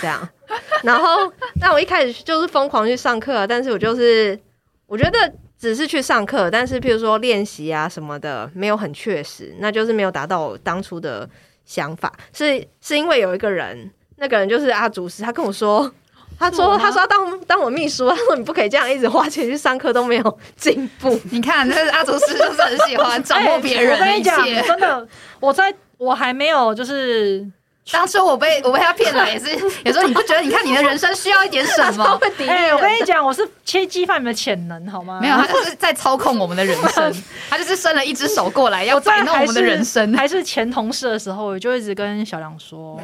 [SPEAKER 4] 这样。 然后，那我一开始就是疯狂去上课啊，但是我就是我觉得只是去上课，但是譬如说练习啊什么的，没有很确实，那就是没有达到我当初的想法。是是因为有一个人，那个人就是阿祖师，他跟我说。他
[SPEAKER 1] 是我
[SPEAKER 4] 说：“
[SPEAKER 1] 吗
[SPEAKER 4] 他说他当当我秘书，他说你不可以这样一直花钱去上课都没有进步。”
[SPEAKER 2] 你看，这阿祖师就是很喜欢掌握别人
[SPEAKER 1] 哎我跟
[SPEAKER 2] 的
[SPEAKER 1] 你
[SPEAKER 2] 一
[SPEAKER 1] 讲，
[SPEAKER 2] 切。
[SPEAKER 1] 真的，我在我还没有就是
[SPEAKER 2] 当初我被我被他骗来也是，有时候你不觉得？你看你的人生需要一点什 么？
[SPEAKER 1] 哎、我跟你讲，我是切激发你们的潜能好吗？
[SPEAKER 2] 没有，他就是在操控我们的人生，他就是伸了一只手过来要
[SPEAKER 1] 我在
[SPEAKER 2] 摆弄我们的人生。
[SPEAKER 1] 还是前同事的时候，我就一直跟小梁说，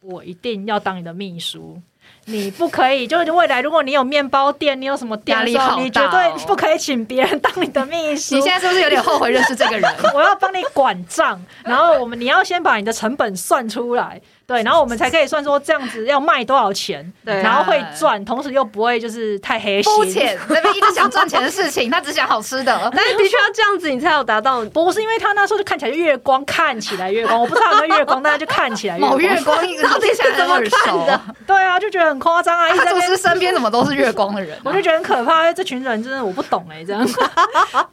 [SPEAKER 1] 我一定要当你的秘书。你不可以，就是未来如果你有面包店，你有什么店的时
[SPEAKER 2] 压力
[SPEAKER 1] 候，
[SPEAKER 2] 好大哦
[SPEAKER 1] 你绝对不可以请别人当你的 秘书
[SPEAKER 2] 你。现在是不是有点后悔认识这个人？
[SPEAKER 1] 我要帮你管账，然后我们你要先把你的成本算出来，对，然后我们才可以算说这样子要卖多少钱，
[SPEAKER 4] 对啊
[SPEAKER 1] 然后会赚，同时又不会就是太黑心。
[SPEAKER 2] 肤浅，那边一直想赚钱的事情，他只想好吃的。
[SPEAKER 4] 但是的确要这样子，你才有达到。
[SPEAKER 1] 不是因为他那时候就看起来就月光，看起来月光，我不知道有没有月光，但是就看起来月
[SPEAKER 2] 某
[SPEAKER 1] 光。
[SPEAKER 2] 月光到底是
[SPEAKER 4] 怎么看的？
[SPEAKER 1] 对啊，就觉得很夸张啊，一直
[SPEAKER 2] 他
[SPEAKER 1] 在那
[SPEAKER 2] 就
[SPEAKER 1] 边
[SPEAKER 2] 是身边怎么都是月光的人啊、
[SPEAKER 1] 我就觉得很可怕，这群人真的我不懂哎、这样。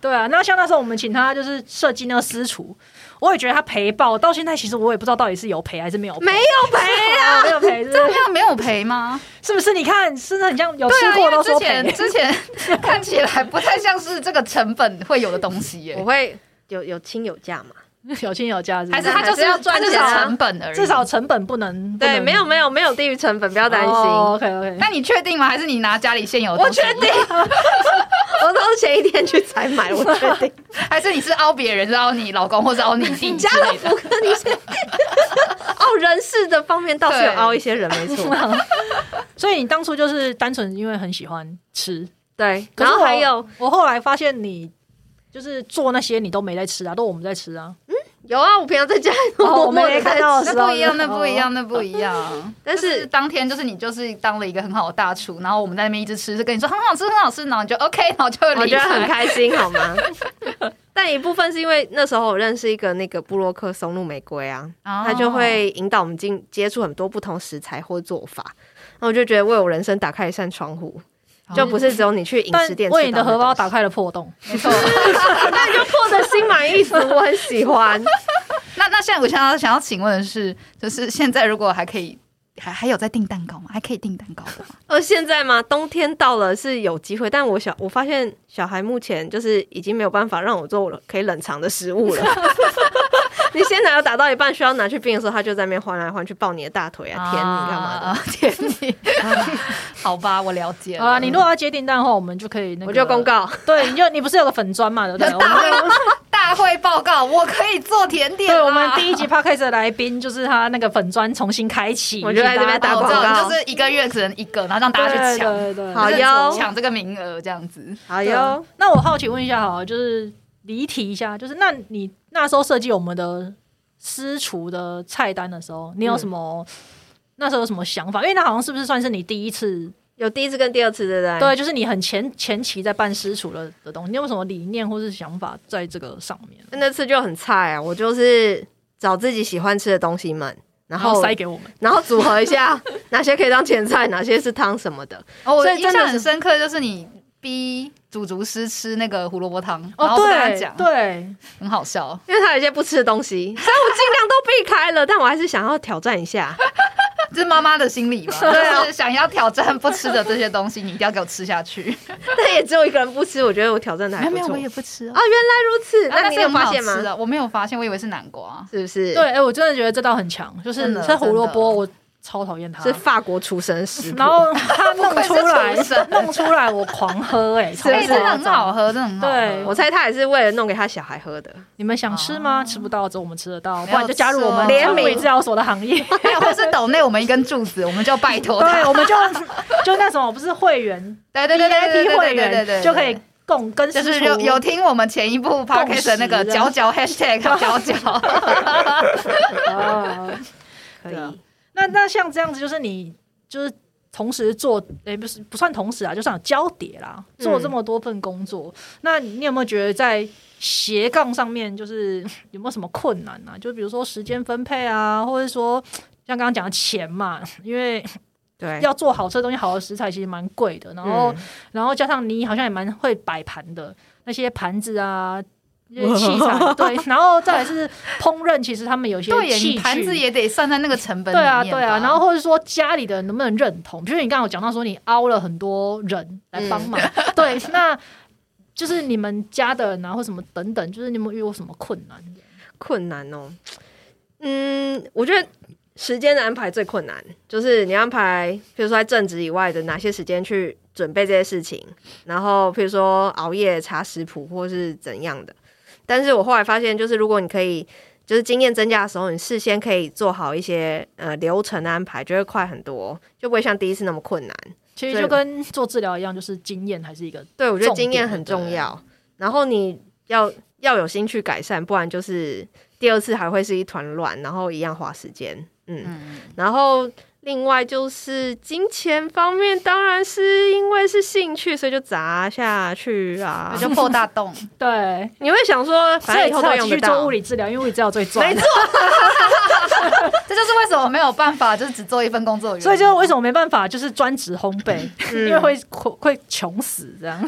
[SPEAKER 1] 对啊，那像那时候我们请他就是设计那个私厨，我也觉得他赔爆，到现在其实我也不知道到底是有赔还是没有赔，
[SPEAKER 4] 没有赔
[SPEAKER 1] 啊，没有赔是不
[SPEAKER 2] 没
[SPEAKER 1] 是
[SPEAKER 2] 有没有赔吗？
[SPEAKER 1] 是不是？你看，是不是很像有
[SPEAKER 2] 对
[SPEAKER 1] 吃
[SPEAKER 2] 啊，因
[SPEAKER 1] 过都
[SPEAKER 2] 为之
[SPEAKER 1] 说赔
[SPEAKER 2] 前？ 之前看起来不太像是这个成本会有的东西耶
[SPEAKER 4] 我。会有有亲有价嘛？
[SPEAKER 1] 有亲有价值，
[SPEAKER 2] 还是他
[SPEAKER 4] 还
[SPEAKER 2] 就是
[SPEAKER 4] 要赚
[SPEAKER 2] 他就是
[SPEAKER 4] 钱啊
[SPEAKER 2] 成本而已？
[SPEAKER 1] 至少成本不能不
[SPEAKER 4] 对，
[SPEAKER 1] 能
[SPEAKER 4] 没有没有没有低于成本，不要担心。
[SPEAKER 1] 哦，OK OK，
[SPEAKER 2] 那你确定吗？还是你拿家里现有的
[SPEAKER 4] 我
[SPEAKER 2] 东西？
[SPEAKER 4] 确定，我都是前一天去才买，我确定。
[SPEAKER 2] 还是你是凹别人，是凹你老公，或是凹你弟之类的？
[SPEAKER 4] 哦，人事的方面倒是有凹一些人，没错。
[SPEAKER 1] 所以你当初就是单纯因为很喜欢吃，
[SPEAKER 4] 对，
[SPEAKER 1] 可是
[SPEAKER 4] 然后
[SPEAKER 1] 我
[SPEAKER 4] 还有
[SPEAKER 1] 我后来发现你就是做那些你都没在吃啊，都我们在吃啊，
[SPEAKER 4] 有啊，我平常在家里
[SPEAKER 1] 哦
[SPEAKER 4] 默
[SPEAKER 1] 我们
[SPEAKER 4] 默
[SPEAKER 1] 也
[SPEAKER 4] 的
[SPEAKER 1] 看到
[SPEAKER 2] 那
[SPEAKER 1] 知道
[SPEAKER 2] 不一样，
[SPEAKER 1] 了
[SPEAKER 2] 那不一样，那不一样。
[SPEAKER 4] 哦 但
[SPEAKER 2] 就是是当天就是你就是当了一个很好的大厨，然后我们在那边一直吃，就跟你说很好吃，很好吃，然后你就 OK，然后就
[SPEAKER 4] 我
[SPEAKER 2] 离
[SPEAKER 4] 觉得很
[SPEAKER 2] 开。
[SPEAKER 4] 开心，好 吗？但一部分是因为那时候我认识一个那个布洛克松露玫瑰啊，
[SPEAKER 2] 哦
[SPEAKER 4] 他就会引导我们进接触很多不同食材或做法，那我就觉得为我人生打开一扇窗户，就不是只有你去饮
[SPEAKER 1] 哦但
[SPEAKER 4] 食店吃到
[SPEAKER 1] 为你的荷 包打
[SPEAKER 4] 东西，
[SPEAKER 1] 开了破洞，
[SPEAKER 2] 没错。
[SPEAKER 4] 那你就破的心满意足，我很喜欢。
[SPEAKER 2] 那那现在我想要想要请问的是，就是现在如果还可以，还还有在订蛋糕吗？还可以订蛋糕 的吗？
[SPEAKER 4] 而呃现在嘛，冬天到了是有机会，但我小我发现小孩目前就是已经没有办法让我做了可以冷藏的食物 了。你鲜奶油打到一半需要拿去冰的时候，他就在那边换来换去抱你的大腿啊，舔你干嘛的？
[SPEAKER 2] 啊？ 舔你？好吧，我了解
[SPEAKER 1] 好啦，
[SPEAKER 2] 了。
[SPEAKER 1] 你如果要接订单的话，我们就可以那个，
[SPEAKER 4] 啊我就公，告，
[SPEAKER 1] 对，你就你不是有个粉砖嘛，对 不对？我们
[SPEAKER 2] 大会报告，我可以做甜点
[SPEAKER 1] 对
[SPEAKER 4] 啊
[SPEAKER 2] 啦。
[SPEAKER 1] 我们第一集 podcast 的来宾就是他那个粉砖重新开启，
[SPEAKER 4] 我就在这边打
[SPEAKER 2] 哦我
[SPEAKER 4] 广
[SPEAKER 2] 知道，
[SPEAKER 4] 告
[SPEAKER 2] 就是一个月只能一个，然后让大
[SPEAKER 1] 大
[SPEAKER 2] 家
[SPEAKER 1] 家
[SPEAKER 2] 去
[SPEAKER 1] 去
[SPEAKER 2] 抢
[SPEAKER 1] 抢，。对对对，
[SPEAKER 4] 好
[SPEAKER 2] 就是
[SPEAKER 4] 哟
[SPEAKER 2] 抢这个名额这样子。
[SPEAKER 4] 好哟。
[SPEAKER 1] 那我好奇问一下，好了，就是离题一下，就是那你那时候设计我们的私厨的菜单的时候，你有
[SPEAKER 4] 嗯
[SPEAKER 1] 什么、那时候有什么想法？因为那好像是不是算是你第一次？
[SPEAKER 4] 有第一次跟第二次，对不对？
[SPEAKER 1] 对，就是你很前前期在办私厨的的东西，你有没有什么理念或是想法在这个上面？
[SPEAKER 4] 对，那次就很菜啊，我就是找自己喜欢吃的东西们，
[SPEAKER 1] 然
[SPEAKER 4] 然后
[SPEAKER 1] 后塞给我们，
[SPEAKER 4] 然后组合一下，哪些可以当前菜，哪些是汤什么的。
[SPEAKER 2] 哦，我
[SPEAKER 4] 所以
[SPEAKER 2] 印
[SPEAKER 4] 真的
[SPEAKER 2] 象很
[SPEAKER 4] 是
[SPEAKER 2] 深刻，就是你逼主厨师吃那个胡萝卜汤，然
[SPEAKER 1] 哦，
[SPEAKER 2] 后不跟他
[SPEAKER 1] 对
[SPEAKER 2] 讲，
[SPEAKER 1] 对，
[SPEAKER 2] 很好笑。
[SPEAKER 4] 因为他有一些不吃的东西，虽然我尽量都避开了，但我还是想要挑战一下。
[SPEAKER 2] 这是妈妈的心理吧，
[SPEAKER 4] 对啊
[SPEAKER 2] 就是想要挑战不吃的这些东西，你一定要给我吃下去。
[SPEAKER 4] 但也只有一个人不吃，我觉得我挑战的还不错。
[SPEAKER 2] 不吃
[SPEAKER 4] 啊，原来如此，
[SPEAKER 2] 啊
[SPEAKER 4] 那你有
[SPEAKER 2] 但是很
[SPEAKER 4] 发
[SPEAKER 2] 好
[SPEAKER 4] 现
[SPEAKER 2] 吃
[SPEAKER 4] 吗？
[SPEAKER 2] 啊？我没有发现，我以为是南瓜。
[SPEAKER 4] 是不是？
[SPEAKER 1] 哦对，，哎、我真的觉得这道很强，就是
[SPEAKER 2] 真的
[SPEAKER 1] 这胡萝卜，
[SPEAKER 2] 真的
[SPEAKER 1] 我超讨厌它。
[SPEAKER 4] 是法国厨神食谱。
[SPEAKER 1] 然 后它弄
[SPEAKER 2] 愧是
[SPEAKER 1] 出来
[SPEAKER 2] 厨神，
[SPEAKER 1] 弄出来我狂喝、 哎，超
[SPEAKER 4] 是
[SPEAKER 2] 哎、
[SPEAKER 4] 不是
[SPEAKER 2] 真的
[SPEAKER 1] 夸
[SPEAKER 2] 很
[SPEAKER 1] 张
[SPEAKER 2] 好喝，真的很好喝。
[SPEAKER 1] 对
[SPEAKER 4] 我猜他也是为了弄给他小孩喝的。
[SPEAKER 1] 你们想吃吗？吃不到，只有我们吃得到，不然
[SPEAKER 2] 哦有哦
[SPEAKER 1] 你就加入我们
[SPEAKER 2] 错
[SPEAKER 1] 物理治疗所的行业。
[SPEAKER 2] 还有或是抖内我们一根柱子，我们就拜托
[SPEAKER 1] 对，
[SPEAKER 2] 他。
[SPEAKER 1] 我们就就那种不是会员
[SPEAKER 2] 对对对对对对
[SPEAKER 1] VIP 会
[SPEAKER 2] 对对对
[SPEAKER 1] 员
[SPEAKER 2] 对，
[SPEAKER 1] 就可以共跟
[SPEAKER 2] 就
[SPEAKER 1] 私
[SPEAKER 2] 是
[SPEAKER 1] 厨
[SPEAKER 2] 有有听我们前一部 podcast 的那个
[SPEAKER 1] 共识
[SPEAKER 2] “脚 脚 #hashtag 脚脚
[SPEAKER 1] 哦
[SPEAKER 4] 可
[SPEAKER 1] 对啊
[SPEAKER 4] 以，
[SPEAKER 1] 那那像这样子，就是你就是同时做，诶、不是不算同时啊，就算有交叠啦，
[SPEAKER 4] 嗯
[SPEAKER 1] 做这么多份工作，那你有没有觉得在斜杠上面，就是有没有什么困难啊？就比如说时间分配啊，或者说像刚刚讲的钱嘛，因为
[SPEAKER 4] 对，
[SPEAKER 1] 要做好吃的东西，好的食材其实蛮贵的，然后、
[SPEAKER 4] 嗯
[SPEAKER 1] 然后加上你好像也蛮会摆盘的，那些盘子啊。那些器 材对，然后再来是烹饪，其实他们有”，些
[SPEAKER 2] 对耶，
[SPEAKER 1] 器
[SPEAKER 2] 你
[SPEAKER 1] 具，
[SPEAKER 2] 盘子也得算在那个成本里
[SPEAKER 1] 对
[SPEAKER 2] 面
[SPEAKER 1] 啊
[SPEAKER 2] 吧。
[SPEAKER 1] 对啊，然 后或者说家里的人能不能认同？比如你刚刚有讲到说你凹了很多人来帮忙， 对，那就是你们家的人啊，或什么等等，就是你们有遇过什么困难？
[SPEAKER 4] 困难哦。嗯，我觉得时间的安排最困难，就是你安排，比如说在正职以外的哪些时间去准备这些事情，然后比如说熬夜查食谱或是怎样的。但是我后来发现，就是如果你可以，就是经验增加的时候，你事先可以做好一些呃流程的安排，就会快很多，就不会像第一次那么困难。
[SPEAKER 1] 其实就跟做治疗一样，就是经验还是一个
[SPEAKER 4] 对，我觉得
[SPEAKER 1] 重
[SPEAKER 4] 经验
[SPEAKER 1] 点
[SPEAKER 4] 很
[SPEAKER 1] 对不
[SPEAKER 4] 重
[SPEAKER 1] 对
[SPEAKER 4] 要。然后你要要有心去改善，不然就是第二次还会是一团乱，然后一样花时间。嗯，
[SPEAKER 2] 嗯，
[SPEAKER 4] 然后另外就是金钱方面，当然是因为是兴趣，所以就砸下去啊
[SPEAKER 2] 那。就破大洞。
[SPEAKER 1] 对。
[SPEAKER 4] 你会想说，反
[SPEAKER 1] 所以
[SPEAKER 4] 正以
[SPEAKER 1] 只
[SPEAKER 4] 后都
[SPEAKER 1] 好
[SPEAKER 4] 用
[SPEAKER 1] 继
[SPEAKER 4] 得
[SPEAKER 1] 续
[SPEAKER 4] 到
[SPEAKER 1] 做物。理治疗，因为物理治疗最赚。
[SPEAKER 4] 没
[SPEAKER 1] 错，
[SPEAKER 2] 这就是为什么没有办法，就是只做一份工作的原因。
[SPEAKER 1] 所以就是为什么没办法，就是专职烘焙，
[SPEAKER 4] 嗯
[SPEAKER 1] 因为会会会穷死这 样。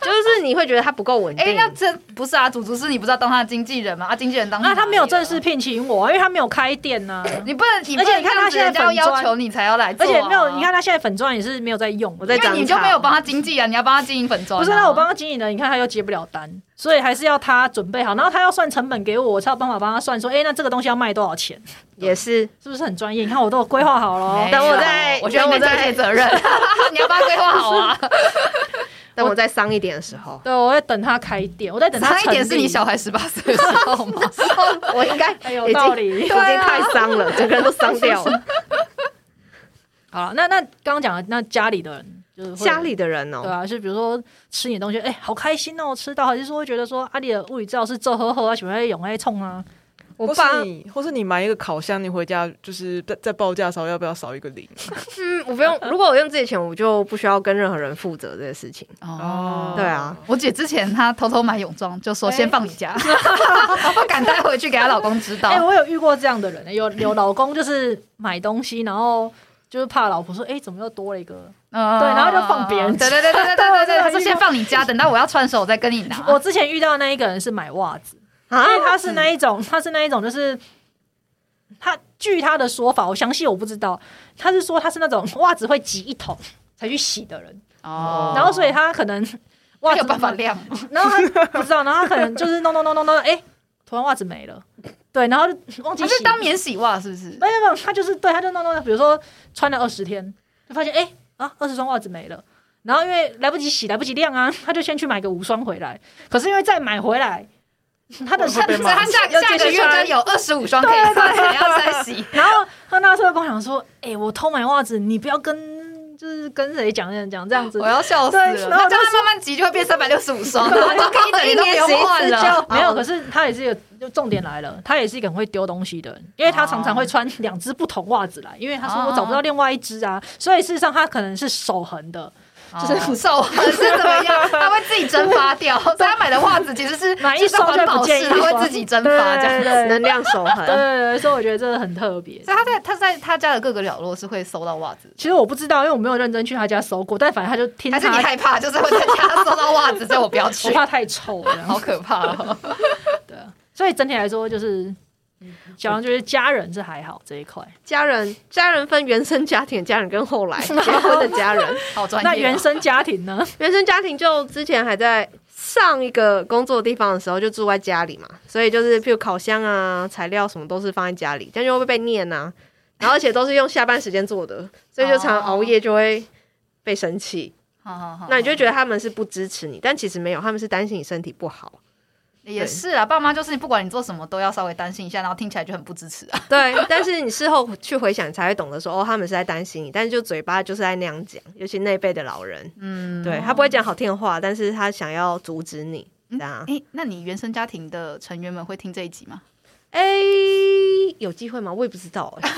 [SPEAKER 4] 就是你会觉得它不够稳定。
[SPEAKER 2] 哎、那这不是啊，主厨师你不知道当他的经纪人吗？啊，经纪人当
[SPEAKER 1] 那他没有正式
[SPEAKER 2] 哪里
[SPEAKER 1] 聘请我，因为他没有开店呐、
[SPEAKER 2] 了，你不能，你不
[SPEAKER 1] 而且
[SPEAKER 2] 能
[SPEAKER 1] 你看他
[SPEAKER 2] 这
[SPEAKER 1] 现在
[SPEAKER 2] 样子人家
[SPEAKER 1] 粉
[SPEAKER 2] 要
[SPEAKER 1] 砖
[SPEAKER 2] 求你才要来做
[SPEAKER 1] 而
[SPEAKER 2] 啊、
[SPEAKER 1] 且没有，你看他现在粉砖也是没有在用，我
[SPEAKER 4] 在
[SPEAKER 2] 因为你就
[SPEAKER 4] 长草
[SPEAKER 2] 没有帮他经济啊，你要帮他经营粉妆、啊。
[SPEAKER 1] 不是，那我帮他经营的，你看他又接不了单，所以还是要他准备好，然后他要算成本给我，我才有办法帮他算说，哎、那这个东西要卖多少钱，
[SPEAKER 4] 也是。
[SPEAKER 1] 是不是很专业？你看我都有规划好了
[SPEAKER 2] 没，
[SPEAKER 4] 等我
[SPEAKER 2] 有
[SPEAKER 4] 再
[SPEAKER 2] 我觉得
[SPEAKER 4] 等
[SPEAKER 2] 我
[SPEAKER 4] 我
[SPEAKER 2] 在
[SPEAKER 4] 再
[SPEAKER 2] 推卸责任， 你要帮他规划好啊。
[SPEAKER 4] 等我再伤一点的时候，
[SPEAKER 1] 对，我在等他开店，我在 等他
[SPEAKER 2] 差一点
[SPEAKER 1] 成
[SPEAKER 2] 是
[SPEAKER 1] 立
[SPEAKER 2] 你小孩十八岁 的时候吗？
[SPEAKER 4] 我应该
[SPEAKER 1] 哎有
[SPEAKER 4] 已
[SPEAKER 1] 道
[SPEAKER 4] 经
[SPEAKER 1] 理哎
[SPEAKER 4] 已经太伤 了，整个人都伤掉了。
[SPEAKER 1] 好了，那那刚刚讲的那家里的人，就是会
[SPEAKER 4] 家里的人
[SPEAKER 1] 对
[SPEAKER 4] 哦，
[SPEAKER 1] 啊，是比如说吃你的东西，哎、好开心哦，吃到，还是说会觉得说啊，你的物理治疗是做呵呵啊，喜欢用爱冲啊，
[SPEAKER 4] 我
[SPEAKER 3] 或
[SPEAKER 4] 爸
[SPEAKER 3] 是你，或是你买一个烤箱，你回家就是在在报价的时候要不要少一个零？
[SPEAKER 4] 嗯，我不用。如果我用自己的钱，我就不需要跟任何人负责这个事情。
[SPEAKER 2] 哦，
[SPEAKER 4] 对啊，
[SPEAKER 2] 我姐之前她偷偷买泳装，就说先放你家，不敢带回去给她老公知
[SPEAKER 1] 哎、
[SPEAKER 2] 道。
[SPEAKER 1] 我有遇过这样的人，有有老公就是买东西，然后就是怕老婆说，哎、怎么又多了一个？
[SPEAKER 2] 嗯
[SPEAKER 1] 对然后就放别人
[SPEAKER 2] 对对对对对对对
[SPEAKER 1] 对
[SPEAKER 2] 对，她说先放你家，等到我要穿的时候我再跟你拿。
[SPEAKER 1] 我之前遇到的那一个人是买袜子，
[SPEAKER 4] 啊
[SPEAKER 1] 因为他是那一种，他是那一种，就是他据他的说法，我详细我不知道，他是说他是那种袜子会挤一桶才去洗的人，
[SPEAKER 2] 哦
[SPEAKER 1] 然后所以他可 能袜
[SPEAKER 2] 没
[SPEAKER 1] 子
[SPEAKER 2] 有办法晾，
[SPEAKER 1] 然后他不知道，然后他可能就是弄弄弄弄弄，哎、突然袜子没了，对，然后就忘记
[SPEAKER 2] 她
[SPEAKER 1] 洗
[SPEAKER 2] 是。当免洗袜是不是？
[SPEAKER 1] 没有没有，他就是对，他就弄弄，比如说穿了二十天，就发现哎、啊，二十双袜子没了。然后因为来不及洗，来不及晾啊， 他就先去买个五双回来。可是因为再买回来，他 的
[SPEAKER 3] 会被
[SPEAKER 2] 所以
[SPEAKER 3] 骂
[SPEAKER 2] 她下
[SPEAKER 1] 又继续
[SPEAKER 2] 下个月
[SPEAKER 1] 穿
[SPEAKER 2] 就有二十五双可以穿，还要再洗。
[SPEAKER 1] 然后他那时候跟我讲说：“哎、我偷买袜子，你不要跟就是跟谁讲讲讲这样子。”
[SPEAKER 2] 哦我要笑死了，
[SPEAKER 1] 对然后
[SPEAKER 2] 那
[SPEAKER 1] 我
[SPEAKER 2] 这
[SPEAKER 1] 就
[SPEAKER 2] 样慢慢集就会变三百六十五双，然后就可以等于都不
[SPEAKER 4] 一年洗
[SPEAKER 2] 用
[SPEAKER 4] 一次
[SPEAKER 2] 换了。哦
[SPEAKER 4] 就
[SPEAKER 1] 没有，
[SPEAKER 4] 好
[SPEAKER 1] 可是他也是一个，就重点来了，他也是一个很会丢东西的人，因为他常常会穿两只不同袜子来，因为他说
[SPEAKER 2] 哦
[SPEAKER 1] 我找不到另外一只啊，所以事实上他可能是手痕的，哦
[SPEAKER 2] 就 是手痕是怎么样？它会自己蒸发掉。所以他买的袜子其实是
[SPEAKER 1] 买一
[SPEAKER 2] 是
[SPEAKER 1] 双
[SPEAKER 2] 环
[SPEAKER 1] 就
[SPEAKER 2] 保
[SPEAKER 1] 不见
[SPEAKER 2] 式，
[SPEAKER 1] 一
[SPEAKER 2] 它
[SPEAKER 1] 双，
[SPEAKER 2] 会自己蒸发这样。
[SPEAKER 1] 对对对
[SPEAKER 4] 能量守
[SPEAKER 1] 对
[SPEAKER 4] 恒，
[SPEAKER 1] 对对所以我觉得这个很特别。
[SPEAKER 2] 所以他在他在他家的各个角落是会搜到袜子，
[SPEAKER 1] 其实我不知道，因为我没有认真去他家搜过，但反正他就听
[SPEAKER 2] 还是你
[SPEAKER 1] 他，
[SPEAKER 2] 害怕就是会在家搜到袜子，所以我不要
[SPEAKER 1] 我
[SPEAKER 2] 去，
[SPEAKER 1] 怕太臭了，
[SPEAKER 2] 好可怕哦。
[SPEAKER 1] 对啊。所以整体来说，就是嗯小杨就是家人是还好这一 块。
[SPEAKER 4] 家人家人分原生家庭的家人跟后 来结婚的家人。
[SPEAKER 2] 好专业哦。
[SPEAKER 1] 那原生家庭 呢？
[SPEAKER 4] 原生家庭就之前还在上一个工作地方的时候就住在家里嘛，所以就是譬如烤箱啊、材料什么都是放在家里，这样就会被念啊。然后而且都是用下班时间做的，所以就常熬夜就会被生气。
[SPEAKER 2] 好好好，
[SPEAKER 4] 那你就会觉得他们是不支持你，但其实没有，他们是担心你身体不好。
[SPEAKER 2] 也是啊，爸妈就是不管你做什么都要稍微担心一下，然后听起来就很不支持啊。
[SPEAKER 4] 对，但是你事后去回想，你才会懂得说哦，他们是在担心你，但是就嘴巴就是在那样讲，尤其那一辈的老人，
[SPEAKER 2] 嗯，
[SPEAKER 4] 对他不会讲好听的话，但是他想要阻止你这样。
[SPEAKER 2] 哎，那你原生家庭的成员们会听这一集吗？
[SPEAKER 4] 哎、有机会吗？我也不知道、哎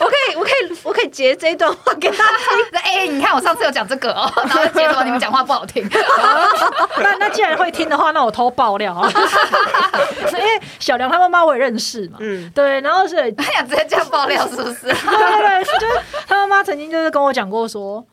[SPEAKER 4] 我可以，我可以，我可以截这一段话给他。
[SPEAKER 2] 哎，你看我上次有讲这个哦，然后接着你们讲话不好听， 哎
[SPEAKER 1] 那那既然会听的话，那我偷爆料啊， 因为小梁他妈妈我也认识嘛，
[SPEAKER 4] 嗯，
[SPEAKER 1] 对，然后是，对对
[SPEAKER 2] 他想直接这样爆料是不是？
[SPEAKER 1] 对，就是他妈妈曾经就是跟我讲过说。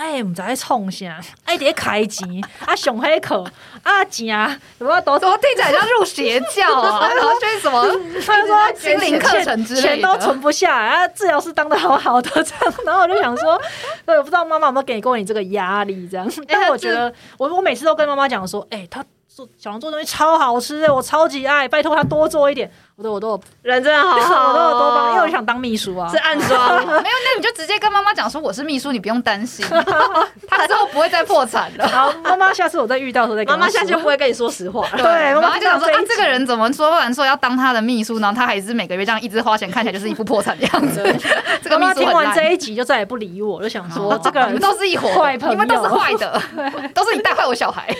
[SPEAKER 1] 哎，唔知在冲啥，哎，得开钱，啊，上黑课，啊，钱啊，什么都，
[SPEAKER 2] 怎么听起来像入邪教 啊？然后就是什么
[SPEAKER 1] 他就说
[SPEAKER 2] 心灵课程之类的
[SPEAKER 1] 钱都存不下来，啊，治疗师当的好好的这样，然后我就想说，对，我不知道妈妈有没有给过你这个压力这
[SPEAKER 2] 哎
[SPEAKER 1] 样， 但我觉得我我每次都跟妈妈讲说，哎，她做小王做东西超好吃的，我超级爱，拜托她多做一点，我都我都有
[SPEAKER 4] 人真的好好、
[SPEAKER 1] 我
[SPEAKER 4] 哦，
[SPEAKER 1] 都有多帮，因为我想当秘书啊
[SPEAKER 4] 是。暗装。
[SPEAKER 2] 没有，那你就直接跟妈妈讲说我是秘书，你不用担 心，他之后不会再破产了。
[SPEAKER 1] 好，妈妈下次我再遇到的时候再跟她
[SPEAKER 4] 妈妈
[SPEAKER 1] 说
[SPEAKER 4] 下次就不会跟你说实话了。
[SPEAKER 1] 对妈妈
[SPEAKER 2] 然后就想说
[SPEAKER 1] 知道这
[SPEAKER 2] 啊
[SPEAKER 1] 一，集
[SPEAKER 2] 这个人怎么说？然说要当他的秘书，然后他还是每个月这样一直花钱，看起来就是一副破产的样子。这个
[SPEAKER 1] 妈妈
[SPEAKER 2] 秘书
[SPEAKER 1] 听
[SPEAKER 2] 很
[SPEAKER 1] 完
[SPEAKER 2] 烂。
[SPEAKER 1] 这一集就再也不理我，我就想说这个人
[SPEAKER 2] 你们。 都是一伙的
[SPEAKER 1] 坏朋友
[SPEAKER 2] 你们都是坏的，都是你带坏我小孩。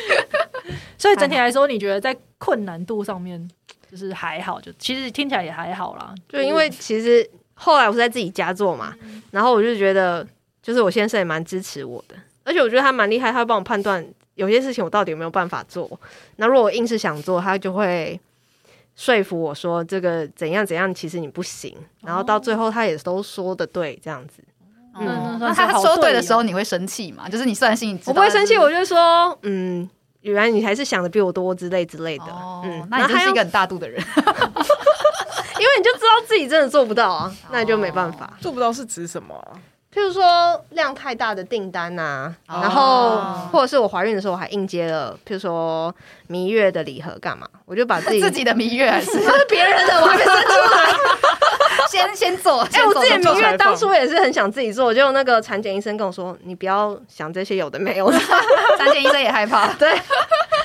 [SPEAKER 1] 所以整体来说，你觉得在困难度上面就是还好，就其实听起来也还好啦。
[SPEAKER 4] 就因
[SPEAKER 2] 嗯
[SPEAKER 4] 为其实后来我是在自己家做嘛，然后我就觉得，就是我先生也蛮支持我的，而且我觉得他蛮厉害，他会帮我判断有些事情我到底有没有办法做。那如果我硬是想做，他就会说服我说这个怎样怎样，其实你不行。然后到最
[SPEAKER 2] 哦
[SPEAKER 4] 后他也都说的对，这样子。
[SPEAKER 1] 那那
[SPEAKER 2] 嗯那
[SPEAKER 1] 算是
[SPEAKER 2] 他
[SPEAKER 1] 好
[SPEAKER 2] 说对
[SPEAKER 1] 友
[SPEAKER 2] 的时候，，你会生气吗？就是你虽然心里知道
[SPEAKER 4] 我不会生气，
[SPEAKER 2] 但是
[SPEAKER 4] 我就会说，嗯，原来你还是想的比我多之类之类的。
[SPEAKER 2] 哦
[SPEAKER 4] 嗯，，
[SPEAKER 2] 那你
[SPEAKER 4] 然后
[SPEAKER 2] 真
[SPEAKER 4] 他
[SPEAKER 2] 是一
[SPEAKER 4] 又
[SPEAKER 2] 个很大度的人。
[SPEAKER 4] 因为你就知道自己真的做不到 啊，那你就没办
[SPEAKER 2] 哦
[SPEAKER 4] 法。
[SPEAKER 3] 做不到是指什么啊？
[SPEAKER 4] 譬如说量太大的订单呐、
[SPEAKER 2] 哦
[SPEAKER 4] 然后或者是我怀孕的时候，我还应接了，譬如说蜜月的礼盒干嘛，我就把自己
[SPEAKER 2] 自己的蜜月 还是
[SPEAKER 4] 是别人的，我还没生出来。
[SPEAKER 2] 先先做，
[SPEAKER 4] 哎、
[SPEAKER 2] 先
[SPEAKER 4] 我
[SPEAKER 2] 做
[SPEAKER 4] 自己
[SPEAKER 2] 再
[SPEAKER 4] 的
[SPEAKER 2] 做
[SPEAKER 4] 蜜月当初也是很想自己做，结果那个产检医生跟我说，你不要想这些有的没有的，，
[SPEAKER 2] 产检医生也害怕
[SPEAKER 4] 对，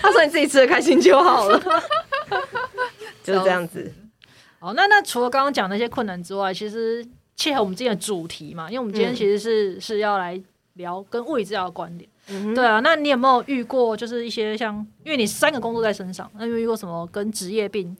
[SPEAKER 4] 他说你自己吃的开心就 好了，就是这样子。
[SPEAKER 1] 好，哦那那除了刚刚讲那些困难之外，其实切合我们今天的主题嘛，因为我们今天
[SPEAKER 4] 嗯
[SPEAKER 1] 其实是、是要来聊跟物理治疗的关联。
[SPEAKER 4] 嗯
[SPEAKER 1] 对啊，那你有没有遇过就是一些像，因为你三个工作在身上，那有没有遇过什么跟职业病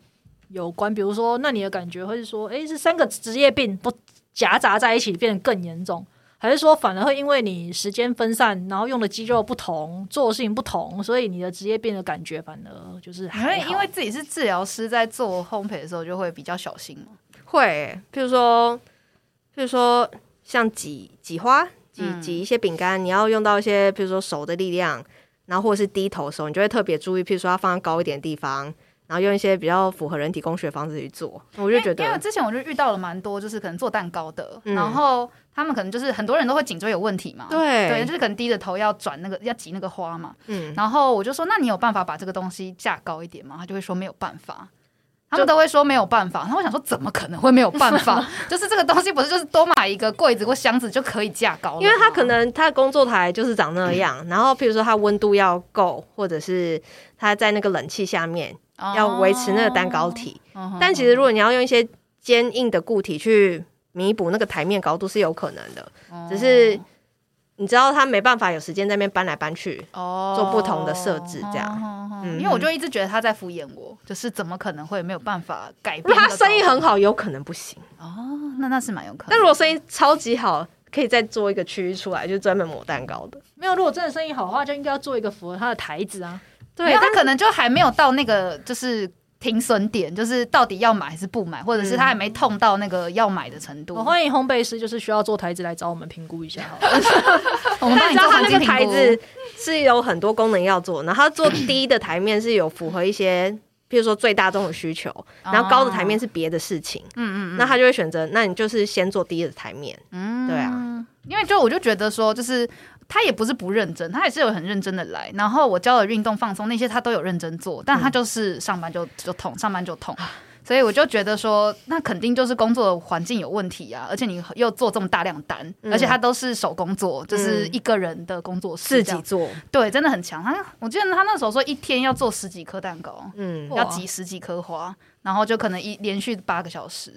[SPEAKER 1] 有关？比如说，那你的感觉会是说，诶，是三个职业病都夹杂在一起变得更严重，还是说反而会因为你时间分散，然后用的肌肉不同，做的事情不同，所以你的职业病的感觉反而就是
[SPEAKER 2] 因
[SPEAKER 1] 还
[SPEAKER 2] 为
[SPEAKER 1] 好
[SPEAKER 2] 哎因为自己是治疗师，在做烘焙的时候就会比较小心嘛。
[SPEAKER 4] 会欸、譬如说，譬如说像挤挤花、挤
[SPEAKER 2] 嗯
[SPEAKER 4] 挤一些饼干，你要用到一些，譬如说手的力量，然后或者是低头的时候，你就会特别注意，譬如说要放在高一点的地方，然后用一些比较符合人体工学的方式去做。我就觉
[SPEAKER 2] 因为因为
[SPEAKER 4] 得，
[SPEAKER 2] 之前我就遇到了蛮多，就是可能做蛋糕的，
[SPEAKER 4] 嗯
[SPEAKER 2] 然后他们可能就是很多人都会颈椎有问题嘛，
[SPEAKER 4] 对
[SPEAKER 2] 对，就是可能低着头要转那个要挤那个花嘛，
[SPEAKER 4] 嗯，
[SPEAKER 2] 然后我就说那你有办法把这个东西架高一点吗？他就会说没有办法。他们都会说没有办法，然后我想说怎么可能会没有办法？就是这个东西不是就是多买一个柜子或箱子就可以架高了吗
[SPEAKER 4] 因为他可能他的工作台就是长那样，然后譬如说他温度要够，或者是他在那个冷气下面要维持那个蛋糕体，
[SPEAKER 2] 哦，嗯
[SPEAKER 4] 但其实如果你要用一些坚硬的固体去弥补那个台面高度是有可能的，
[SPEAKER 2] 哦
[SPEAKER 4] 只是你知道他没办法有时间在那边搬来搬去，
[SPEAKER 2] 哦
[SPEAKER 4] 做不同的设置这样嗯
[SPEAKER 2] 因为我就一直觉得他在敷衍我，就是怎么可能会没有办法改
[SPEAKER 4] 如
[SPEAKER 2] 变？
[SPEAKER 4] 果 他生意很好，有可能不行；
[SPEAKER 2] 哦，那那是蛮有可能。
[SPEAKER 4] 但如果生意超级好，可以再做一个区域出来，就专门磨蛋糕的。
[SPEAKER 1] 没有，如果真的生意好的话，就应该要做一个符合他的台子啊。
[SPEAKER 2] 没
[SPEAKER 4] 对
[SPEAKER 2] 有，他可能就还没有到那个就是停损点，就是到底要买还是不买，或者是他还没
[SPEAKER 4] 嗯
[SPEAKER 2] 痛到那个要买的程度。
[SPEAKER 1] 我欢迎烘焙师，就是需要做台子来找我们评估一下好了。
[SPEAKER 2] 我们
[SPEAKER 4] 但
[SPEAKER 2] 帮你
[SPEAKER 4] 你知道
[SPEAKER 2] 做
[SPEAKER 4] 他
[SPEAKER 2] 黄
[SPEAKER 4] 那
[SPEAKER 2] 金
[SPEAKER 4] 个
[SPEAKER 2] 评
[SPEAKER 4] 台
[SPEAKER 2] 估
[SPEAKER 4] 子。是有很多功能要做，然后它做低的台面是有符合一些，譬如说最大众的需求，然后高的
[SPEAKER 2] 哦
[SPEAKER 4] 台面是别的事情，
[SPEAKER 2] 嗯嗯嗯，
[SPEAKER 4] 那他就会选择，那你就是先做低的台面，
[SPEAKER 2] 嗯
[SPEAKER 4] 对啊。
[SPEAKER 2] 因为就我就觉得说，就是他也不是不认真，他也是有很认真的来。然后我教的运动放松那些他都有认真做，但他
[SPEAKER 4] 嗯
[SPEAKER 2] 就是上班就就痛，上班就痛。
[SPEAKER 4] 啊
[SPEAKER 2] 所以我就觉得说，那肯定就是工作环境有问题啊，而且你又做这么大量单，
[SPEAKER 4] 嗯
[SPEAKER 2] 而且他都是手工做，就是
[SPEAKER 4] 嗯
[SPEAKER 2] 一个人的工作室
[SPEAKER 4] 自
[SPEAKER 2] 这
[SPEAKER 4] 己
[SPEAKER 2] 样，
[SPEAKER 4] 做，
[SPEAKER 2] 对，真的很强。他我记得他那时候说一天要做十几颗蛋糕，
[SPEAKER 4] 嗯
[SPEAKER 1] 哇
[SPEAKER 2] 要挤十几颗花，然后就可能一连续八个小时。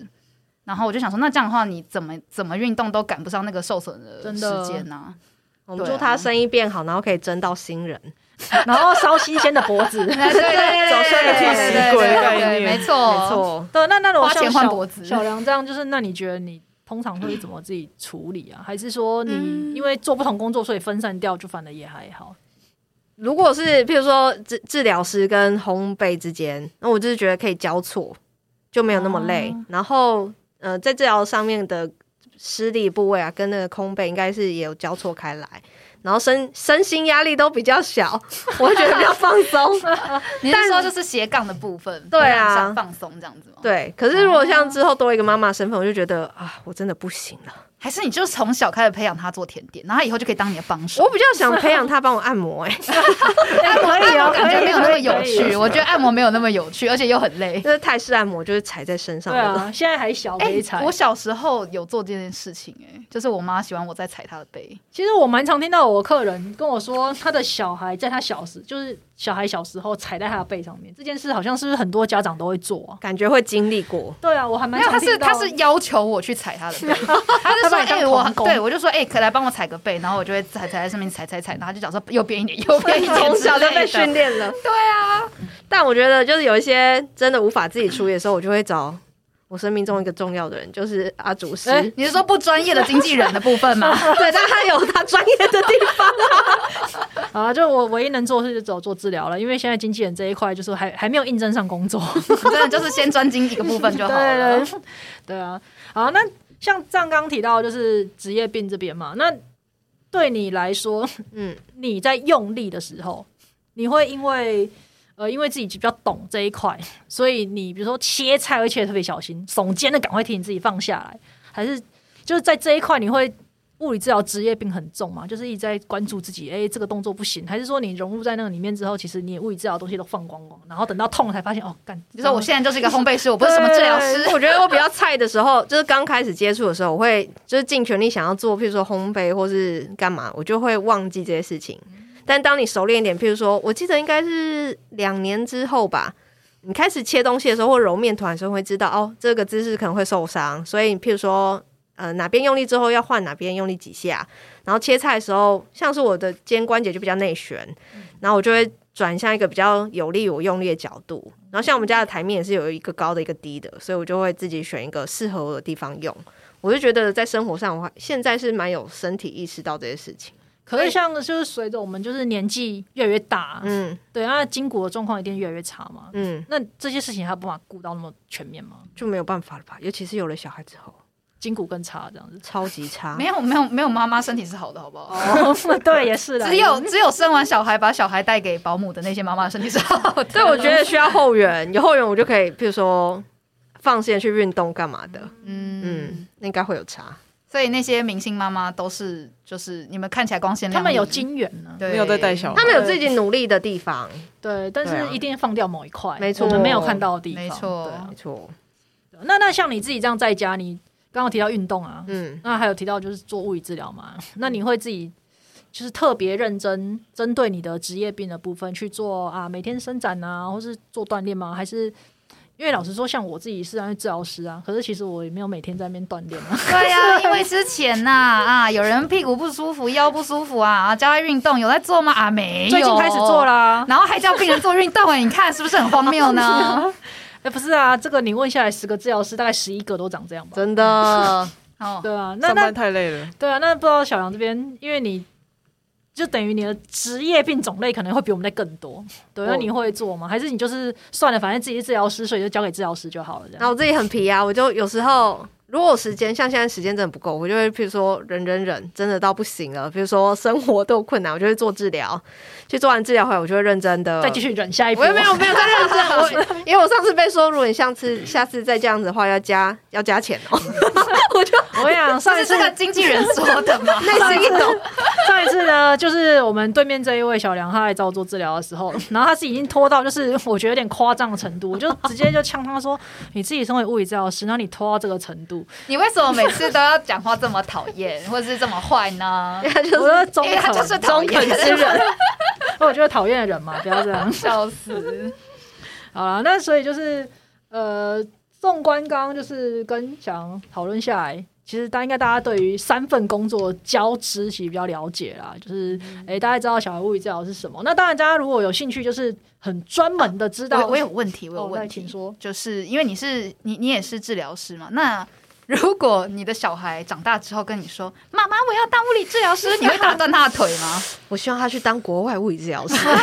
[SPEAKER 2] 然后我就想说，那这样的话，你怎么怎么运动都赶不上那个受损的
[SPEAKER 1] 真的
[SPEAKER 2] 时间呢、
[SPEAKER 4] 我们
[SPEAKER 2] 对
[SPEAKER 4] 祝
[SPEAKER 2] 啊
[SPEAKER 4] 他生意变好，然后可以争到新人。
[SPEAKER 1] 然后烧新鲜的脖 子，
[SPEAKER 2] 对对对
[SPEAKER 3] 走向一个替死鬼的概念
[SPEAKER 2] 没错
[SPEAKER 4] 没。错，
[SPEAKER 1] 对，那那如果
[SPEAKER 2] 花
[SPEAKER 1] 像
[SPEAKER 2] 钱换
[SPEAKER 1] 小
[SPEAKER 2] 脖子
[SPEAKER 1] 小梁这样，就是那你觉得你通常会怎么自己处理啊？还是说你
[SPEAKER 2] 嗯
[SPEAKER 1] 因为做不同工作，所以分散掉，就反而也还好？
[SPEAKER 4] 如果是譬如说治治疗师跟烘焙之间，那我就是觉得可以交错，就没有那么累。然后呃，在治疗上面的施力部位啊，跟那个空背应该是也有交错开来。然后身身心压力都比较小，我会觉得比较放松。
[SPEAKER 2] 你是说就是斜杠的部分？
[SPEAKER 4] 对啊
[SPEAKER 2] 会让你想放松这样子吗？，
[SPEAKER 4] 对，可是如果像之后多一个妈妈身份，我就觉得啊，我真的不行 了。
[SPEAKER 2] 还是你就从小开始培养他做甜点，然后他以后就可以当你的帮手
[SPEAKER 4] 我。比较想培养她帮我按摩、欸， 哎，
[SPEAKER 1] 按摩可以啊
[SPEAKER 2] 啊我感觉没有那么有
[SPEAKER 1] 可以啊
[SPEAKER 2] 趣，我觉得按摩没有那么有趣，而且又很累。
[SPEAKER 4] 就是泰式按摩，就是踩在身上
[SPEAKER 1] 对
[SPEAKER 4] 那种。
[SPEAKER 1] 啊，现在还小
[SPEAKER 2] 哎
[SPEAKER 1] 没踩。，
[SPEAKER 2] 我小时候有做这件事情，哎，就是我妈喜欢我在踩她的背。
[SPEAKER 1] 其实我蛮常听到我客人跟我说，他的小孩在他小时，就是小孩小时候踩在他的背上面这件事，好像是不是很多家长都会做啊？
[SPEAKER 4] 感觉会经历过。
[SPEAKER 1] 对啊，我还蛮
[SPEAKER 2] 没有，
[SPEAKER 1] 常
[SPEAKER 2] 他
[SPEAKER 1] 听
[SPEAKER 2] 是
[SPEAKER 1] 到啊
[SPEAKER 2] 他是要求我去踩他的背， 他是说
[SPEAKER 1] 把你当
[SPEAKER 2] 哎、我
[SPEAKER 1] 童工
[SPEAKER 2] 对我就说哎、可来帮我踩个背，然后我就会踩踩在上面踩踩踩，然后他就讲说右边一点，右边一点，
[SPEAKER 4] 从小就被训
[SPEAKER 2] 练。
[SPEAKER 4] 练了。对啊，但我觉得就是有一些真的无法自己处理的时候，我就会找我生命中一个重要的人，就是阿祖师。
[SPEAKER 1] 哎
[SPEAKER 2] 你是说不专业的经纪人的部 分吗？
[SPEAKER 4] 对，但他有他专业的地方。
[SPEAKER 1] 啊，就我唯一能做的事就只有做治疗了，因为现在经纪人这一块就是还还没有应征上工作。
[SPEAKER 2] 真的就是先专精一个部分就好了。
[SPEAKER 1] 对对对啊，好，那像像刚提到就是职业病这边嘛，那对你来说，
[SPEAKER 4] 嗯，
[SPEAKER 1] 你在用力的时候，你会因为呃，因为自己比较懂这一块，所以你比如说切菜会切得特别小心，耸肩的赶快替你自己放下来，还是就是在这一块你会物理治疗职业病很重嘛，就是一直在关注自己，哎、这个动作不行，还是说你融入在那个里面之后，其实你也物理治疗的东西都放光光，然后等到痛了才发现，哦，干，
[SPEAKER 2] 就说我现在就是一个烘焙师，我不是什么治疗师
[SPEAKER 4] 对。我觉得我比较菜的时候，就是刚开始接触的时候，我会就是尽全力想要做，譬如说烘焙或是干嘛，我就会忘记这些事情。但当你熟练一点，譬如说，我记得应该是两年之后吧，你开始切东西的时候或揉面团的时候，会知道哦，这个姿势可能会受伤，所以譬如说，呃，哪边用力之后要换哪边用力几下，然后切菜的时候，像是我的肩关节就比较内旋，然后我就会转向一个比较有利我用力的角度。然后像我们家的台面也是有一个高的一个低的，所以我就会自己选一个适合我的地方用。我就觉得在生活上，我还现在是蛮有身体意识到这些事情。
[SPEAKER 1] 可是像就是随着我们就是年纪越来越大，
[SPEAKER 4] 嗯
[SPEAKER 1] 对，那筋骨的状况一定越来越差嘛。
[SPEAKER 4] 嗯，
[SPEAKER 1] 那这些事情还有办法顾到那么全面吗？
[SPEAKER 4] 就没有办法了吧？尤其是有了小孩之后，。
[SPEAKER 1] 筋骨更差这样子
[SPEAKER 4] 超级 差。
[SPEAKER 2] 没有没有没有，妈妈身体是好的，好不好？
[SPEAKER 1] 哦， 对，也是的。
[SPEAKER 2] 只有只有生完小孩把小孩带给保姆的那些妈妈身体是好的。
[SPEAKER 4] 对，我觉得需要后援，有后援我就可以，譬如说放线去运动干嘛的。
[SPEAKER 2] 嗯
[SPEAKER 4] 嗯，那应该会有差。
[SPEAKER 2] 所以那些明星妈妈都是就是你们看起来光鲜亮
[SPEAKER 1] 他们
[SPEAKER 2] 丽，
[SPEAKER 1] 有金源呢，
[SPEAKER 2] 对
[SPEAKER 3] 没有在带
[SPEAKER 2] 哦
[SPEAKER 3] 小孩
[SPEAKER 4] 他，们有自己努力的地方，
[SPEAKER 1] 对，但
[SPEAKER 4] 对啊
[SPEAKER 1] 是一定放掉某一块，
[SPEAKER 4] 没错
[SPEAKER 1] 我们没有看到的地方，
[SPEAKER 2] 没错
[SPEAKER 1] 对啊
[SPEAKER 4] 没错。
[SPEAKER 1] 对啊那那像你自己这样在家，你刚刚提到运动啊，
[SPEAKER 4] 嗯，
[SPEAKER 1] 那还有提到就是做物理治疗嘛，那你会自己就是特别认真针对你的职业病的部分去做啊，每天伸展啊，或是做锻炼吗？还是因为老实说，像我自己是啊治疗师啊，可是其实我也没有每天在那边锻炼啊。
[SPEAKER 2] 对呀、 因为之前呐啊有人屁股不舒服、腰不舒服啊啊，教他运动，有在做吗？啊，没有，
[SPEAKER 1] 最近开始做
[SPEAKER 2] 了，
[SPEAKER 1] 啦、
[SPEAKER 2] 然后还叫病人做运动、哎，你看是不是很荒谬呢？
[SPEAKER 1] 哎、不是啊，这个你问下来十个治疗师，大概十一个都长这样吧？
[SPEAKER 4] 真的。
[SPEAKER 2] 哦，
[SPEAKER 1] 对啊，那
[SPEAKER 3] 上
[SPEAKER 1] 那
[SPEAKER 3] 班太累了。
[SPEAKER 1] 对啊，那不知道小杨这边，因为你就等于你的职业病种类可能会比我们的更多，对，
[SPEAKER 4] 我
[SPEAKER 1] 那你会做吗？还是你就是算了，反正自己是治疗师，所以就交给治疗师就好了，这
[SPEAKER 4] 然后
[SPEAKER 1] 样。
[SPEAKER 4] 我自己很皮啊，我就有时候如果有时间，像现在时间真的不够，我就会譬如说忍忍忍，真的到不行了，比如说生活都有困难，我就会做治疗。去做完治疗回来，我就会认真的
[SPEAKER 1] 再继。续忍下一步，
[SPEAKER 4] 我又没有没有在认真，我因为我上次被说，如果你下次下次再这样子的话，要加要加钱哦、
[SPEAKER 1] 我 想上一
[SPEAKER 2] 是
[SPEAKER 1] 次
[SPEAKER 2] 这个经纪人说的 吗？
[SPEAKER 4] 类似一种，
[SPEAKER 1] 上一次呢，就是我们对面这一位小梁，他来找我做治疗的时候， 然后他是已经拖到就是我觉得有点夸张的程度，我就直接就呛他说：“你自己身为物理治疗师，然后你拖到这个程度，
[SPEAKER 2] 你为什么每次都要讲话这么讨厌，或者是这么坏 呢？
[SPEAKER 4] 他就
[SPEAKER 1] 我
[SPEAKER 4] 是
[SPEAKER 1] 说 中
[SPEAKER 2] 因为哎他就是
[SPEAKER 1] 肯，
[SPEAKER 2] 讨厌
[SPEAKER 1] 之人， 我觉得讨厌的人嘛，不要这样。”
[SPEAKER 2] 笑死！
[SPEAKER 1] 好了，那所以就是呃，纵观刚刚就是跟小杨讨论下来，其实大应该大家对于三份工作交织其实比较了解啦，就是诶、大家知道小孩物理治疗是什么。那当然，大家如果有兴趣，就是很专门的知道、
[SPEAKER 2] 我我有问题，我有
[SPEAKER 1] 哦，
[SPEAKER 2] 问
[SPEAKER 1] 那
[SPEAKER 2] 题，
[SPEAKER 1] 请说。
[SPEAKER 2] 就是因为你是你你也是治疗师嘛，那。如果你的小孩长大之后跟你说“妈妈，我要当物理治疗师”，你会打断他的腿吗？
[SPEAKER 4] 我希望他去当国外物理治 疗师，是不是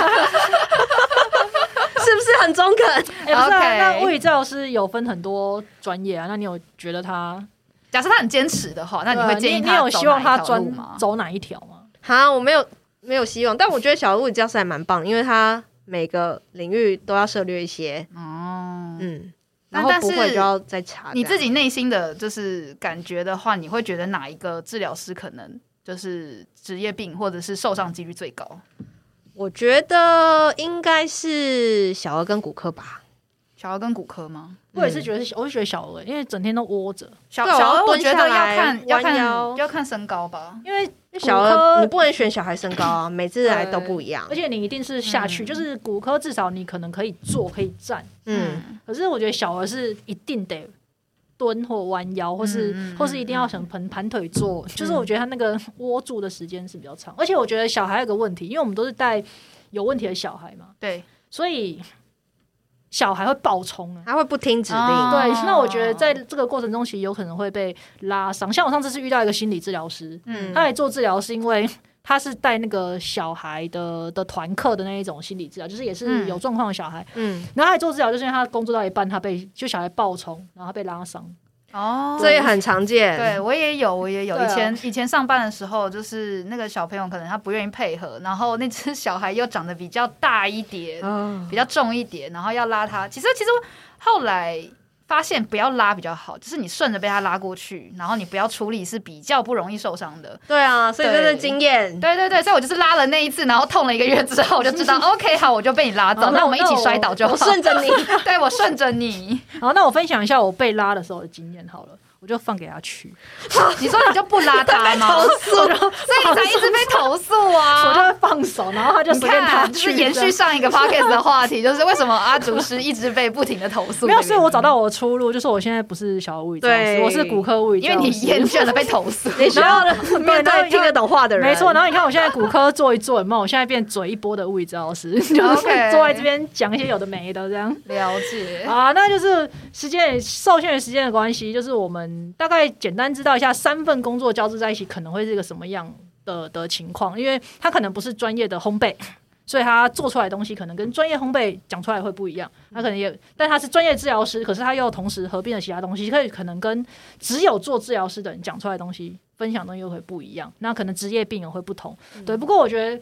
[SPEAKER 4] 很中肯？
[SPEAKER 1] 哎、不是、啊
[SPEAKER 2] OK
[SPEAKER 1] 那物理治疗师有分很多专业啊，那你有觉得他？
[SPEAKER 2] 假设他很坚持的话，那你
[SPEAKER 1] 对啊
[SPEAKER 2] 会建议
[SPEAKER 1] 你
[SPEAKER 2] 他
[SPEAKER 1] 你有
[SPEAKER 2] 走
[SPEAKER 1] 希望
[SPEAKER 2] 哪一
[SPEAKER 1] 他
[SPEAKER 2] 条路
[SPEAKER 1] 专
[SPEAKER 2] 吗？
[SPEAKER 1] 走哪一条吗？
[SPEAKER 4] 哈，我没有没有希望，但我觉得小物理教师还蛮棒的，因为他每个领域都要涉略一些，
[SPEAKER 2] 哦，
[SPEAKER 4] 嗯，
[SPEAKER 2] 那
[SPEAKER 4] 然后
[SPEAKER 2] 但
[SPEAKER 4] 不
[SPEAKER 2] 是
[SPEAKER 4] 会就要再查。
[SPEAKER 2] 你自
[SPEAKER 4] 这样
[SPEAKER 2] 己内心的就是感觉的话，你会觉得哪一个治疗师可能就是职业病或者是受伤几率最高？
[SPEAKER 4] 我觉得应该是小儿跟骨科吧。
[SPEAKER 2] 小儿跟骨科吗？
[SPEAKER 1] 我也是觉得，我是觉得小额，因为整天都窝着，
[SPEAKER 2] 小
[SPEAKER 4] 对
[SPEAKER 2] 小
[SPEAKER 4] 我要
[SPEAKER 2] 儿我
[SPEAKER 4] 蹲
[SPEAKER 2] 觉
[SPEAKER 4] 下
[SPEAKER 2] 得要
[SPEAKER 4] 来
[SPEAKER 2] 看要
[SPEAKER 4] 弯
[SPEAKER 2] 看
[SPEAKER 4] 腰
[SPEAKER 2] 要看身高吧。
[SPEAKER 1] 因为
[SPEAKER 4] 小
[SPEAKER 1] 骨科
[SPEAKER 4] 儿你不能选小孩身高啊，每次来都不一样嗯
[SPEAKER 1] 而。且你一定是下
[SPEAKER 2] 嗯
[SPEAKER 1] 去，就是骨科至少你可能可以坐可以站，
[SPEAKER 4] 嗯，
[SPEAKER 1] 可是我觉得小儿是一定得蹲或弯腰，或是、
[SPEAKER 2] 嗯嗯嗯
[SPEAKER 1] 或是一定要想盘盘腿坐，就是我觉得他那个窝住的时间是比较长，而且我觉得小孩有个问题，因为我们都是带有问题的小孩嘛，
[SPEAKER 2] 对，
[SPEAKER 1] 所以小孩会爆冲啊。
[SPEAKER 4] 他会不听指
[SPEAKER 2] 哦
[SPEAKER 4] 令。
[SPEAKER 1] 对，那我觉得在这个过程中，其实有可能会被拉伤。像我上次是遇到一个心理治疗师，
[SPEAKER 2] 嗯
[SPEAKER 1] 他来做治疗是因为 他是带那个小孩的的团课的那一种心理治疗，就是也是
[SPEAKER 2] 嗯
[SPEAKER 1] 有状况的小孩。
[SPEAKER 4] 嗯，
[SPEAKER 1] 然后他来做治疗，就是因为他工作到一半，他被就小孩爆冲，然后他被拉伤。
[SPEAKER 2] 哦
[SPEAKER 4] 这也很常见。
[SPEAKER 2] 对我也有，我也有。
[SPEAKER 1] 对
[SPEAKER 2] 以
[SPEAKER 1] 啊
[SPEAKER 2] 前以前上班的时候，就是那个小朋友可能他不愿意配合，然后那只小孩又长得比较大一点，
[SPEAKER 4] 啊，
[SPEAKER 2] 比较重一点，然后要拉他。其实其实后来发现不要拉比较好，就是你顺着被他拉过去，然后你不要处理是比较不容易受伤的。
[SPEAKER 4] 对啊，所以这是
[SPEAKER 2] 对
[SPEAKER 4] 经验。
[SPEAKER 2] 对对对，所以我就是拉了那一次，然后痛了一个月之后，我就知道哦 OK 好，我就被你拉走，
[SPEAKER 1] 好那
[SPEAKER 2] 那我们一
[SPEAKER 1] 那
[SPEAKER 2] 起
[SPEAKER 1] 我
[SPEAKER 2] 摔倒就好
[SPEAKER 4] 我。顺着 你，
[SPEAKER 2] 对我顺着你，
[SPEAKER 1] 好，那我分享一下我被拉的时候的经验好了，我就放给他去，
[SPEAKER 2] 你说你就不拉他吗？
[SPEAKER 1] 我就
[SPEAKER 2] 所以你才一直被投诉啊！
[SPEAKER 1] 我就会放手，然后他就
[SPEAKER 2] 你
[SPEAKER 1] 随便他
[SPEAKER 2] 看，啊就
[SPEAKER 1] 去。
[SPEAKER 2] 是延
[SPEAKER 1] 这样
[SPEAKER 2] 续上一个 podcast 的话题，就是为什么阿竹师一直被不停的投诉？
[SPEAKER 1] 没有，所以我找，到我的出路，就是我现在不是小儿物理治疗师，
[SPEAKER 4] 对
[SPEAKER 1] 我是骨科物理治
[SPEAKER 2] 因为
[SPEAKER 1] 疗师，
[SPEAKER 2] 你厌倦了被投 诉。
[SPEAKER 4] 你需要面
[SPEAKER 1] 然后
[SPEAKER 4] 对听得懂话的人。
[SPEAKER 1] 没错，然后你看我现在骨科做一做，有没有？我现在变嘴一波的物理治疗师， 就是坐
[SPEAKER 2] 啊 OK
[SPEAKER 1] 在这边讲一些有的没的这样。
[SPEAKER 2] 了解，
[SPEAKER 1] 啊，那就是时间也受限于时间的关系，就是我们大概简单知道一下三份工作交织在一起可能会是一个什么样的的情况，因为它可能不是专业的烘焙。 所以他做出来的东西可能跟专业烘焙讲出来会不一样，他可能也，但他是专业治疗师，可是他又同时合并了其他东西，可以可能跟只有做治疗师的人讲出来的东西分享的东西又会不一样，那可能职业病也会不同。对，不过我觉得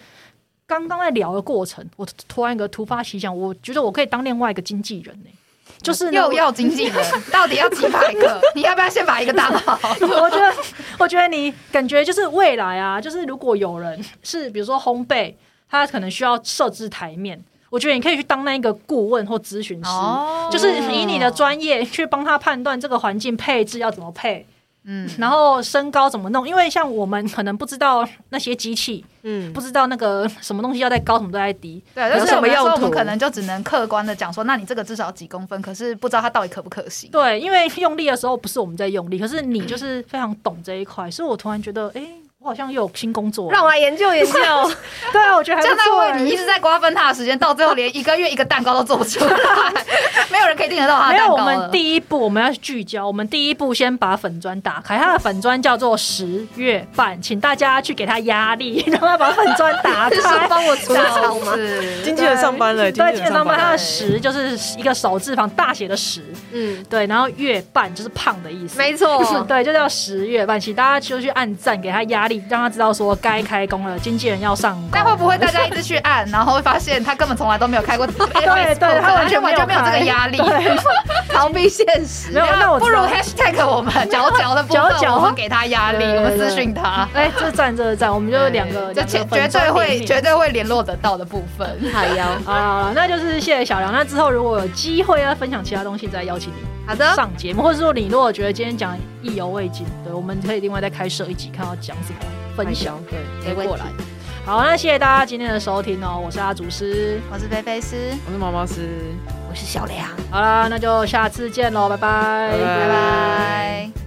[SPEAKER 1] 刚刚在聊的过程，我突然有个突发奇想，我觉得我可以当另外一个经纪人呢、欸就是呢
[SPEAKER 2] 又要经纪人，到底要几百 个？你要不要先把一个当好？
[SPEAKER 1] 我觉得， 我觉得你感觉就是未来啊，就是如果有人是比如说烘焙，他可能需要设置台面，我觉得你可以去当那一个顾问或咨询师，
[SPEAKER 2] 哦
[SPEAKER 1] 就是以你的专业去帮他判断这个环境配置要怎么配，
[SPEAKER 2] 嗯，
[SPEAKER 1] 然后身高怎么弄，因为像我们可能不知道那些机器，
[SPEAKER 4] 嗯
[SPEAKER 1] 不，知道那个什么东西要在高，什么都在低，
[SPEAKER 2] 对，
[SPEAKER 4] 有
[SPEAKER 2] 但是
[SPEAKER 4] 什
[SPEAKER 2] 我
[SPEAKER 4] 么
[SPEAKER 2] 们
[SPEAKER 4] 用
[SPEAKER 2] 说我
[SPEAKER 4] 途
[SPEAKER 2] 们可能就只能客观的讲说，那你这个至少几公分，可是不知道它到底可不可行。
[SPEAKER 1] 对，因为用力的时候不是我们在用力，可是你就是非常懂这一块，所以我突然觉得，哎、我好像又有新工作了，
[SPEAKER 4] 让我来研究研 究。
[SPEAKER 1] 对啊，我觉得还
[SPEAKER 2] 这
[SPEAKER 1] 不
[SPEAKER 2] 样他
[SPEAKER 1] 错、欸。
[SPEAKER 2] 会，你一直在瓜分他的时间，到最后连一个月一个蛋糕都做不 出来，没有人可以订得到他
[SPEAKER 1] 没
[SPEAKER 2] 的蛋
[SPEAKER 1] 有，
[SPEAKER 2] 糕
[SPEAKER 1] 我
[SPEAKER 2] 了。
[SPEAKER 1] 们第一步我们要聚焦，我们第一步先把粉砖打开，它的粉砖叫做十月半，请大家去给它压力，让它把粉砖打 开。
[SPEAKER 4] 帮我除
[SPEAKER 2] 笑
[SPEAKER 4] 草吗？
[SPEAKER 2] 死
[SPEAKER 3] 经纪人上班了，经
[SPEAKER 1] 对，
[SPEAKER 3] 纪
[SPEAKER 1] 基本
[SPEAKER 3] 人
[SPEAKER 1] 上
[SPEAKER 3] 上
[SPEAKER 1] 把
[SPEAKER 3] 班
[SPEAKER 1] 它
[SPEAKER 3] 了
[SPEAKER 1] 的十就是一个手字旁大写的十，
[SPEAKER 4] 嗯，
[SPEAKER 1] 对，然后月半就是胖的意思，
[SPEAKER 4] 没错
[SPEAKER 1] 对，就叫十月半，请大家就去按赞，给他压力，让他知道说该开工了，经纪人要上工。
[SPEAKER 2] 但会不会大家一直去按，然后会发现他根本从来都没有开过 Facebook，
[SPEAKER 1] 对对他
[SPEAKER 2] 他
[SPEAKER 1] 完
[SPEAKER 2] 完
[SPEAKER 1] 全
[SPEAKER 2] 全
[SPEAKER 1] 没
[SPEAKER 2] 完
[SPEAKER 1] 有
[SPEAKER 2] 全没有这个压力。啊
[SPEAKER 4] 逃避现实
[SPEAKER 1] 没。有？那我
[SPEAKER 2] 不
[SPEAKER 1] 知
[SPEAKER 2] 如
[SPEAKER 1] 道
[SPEAKER 2] hashtag 我们脚脚的部
[SPEAKER 1] 脚
[SPEAKER 2] 分，
[SPEAKER 1] 脚
[SPEAKER 2] 我们给他压力，
[SPEAKER 1] 对对
[SPEAKER 2] 我们
[SPEAKER 1] 对
[SPEAKER 2] 私讯他。
[SPEAKER 1] 哎，这站这站，我们就两个，
[SPEAKER 2] 这
[SPEAKER 1] 两个
[SPEAKER 2] 绝绝
[SPEAKER 1] 粉砖
[SPEAKER 2] 对
[SPEAKER 1] 联
[SPEAKER 2] 会
[SPEAKER 1] 名
[SPEAKER 2] 绝对会联络得到的部分。
[SPEAKER 4] 好哟，
[SPEAKER 1] 好啦好啦，啊那就是谢谢小梁。那之后如果有机会要分享其他东西，再邀请你
[SPEAKER 4] 好的，
[SPEAKER 1] 上节目，或者说你如果觉得今天讲意犹未尽，对，我们可以另外再开设一集，看要讲什么分享，对，
[SPEAKER 4] 没
[SPEAKER 1] 可以
[SPEAKER 4] 问
[SPEAKER 1] 过
[SPEAKER 4] 题
[SPEAKER 1] 来。好，那谢谢大家今天的收听哦，我是阿竹师。
[SPEAKER 2] 我是菲菲斯，
[SPEAKER 3] 我是毛毛师，
[SPEAKER 4] 我是小梁。
[SPEAKER 1] 好啦，那就下次见喽，拜拜
[SPEAKER 3] 拜
[SPEAKER 2] 拜拜。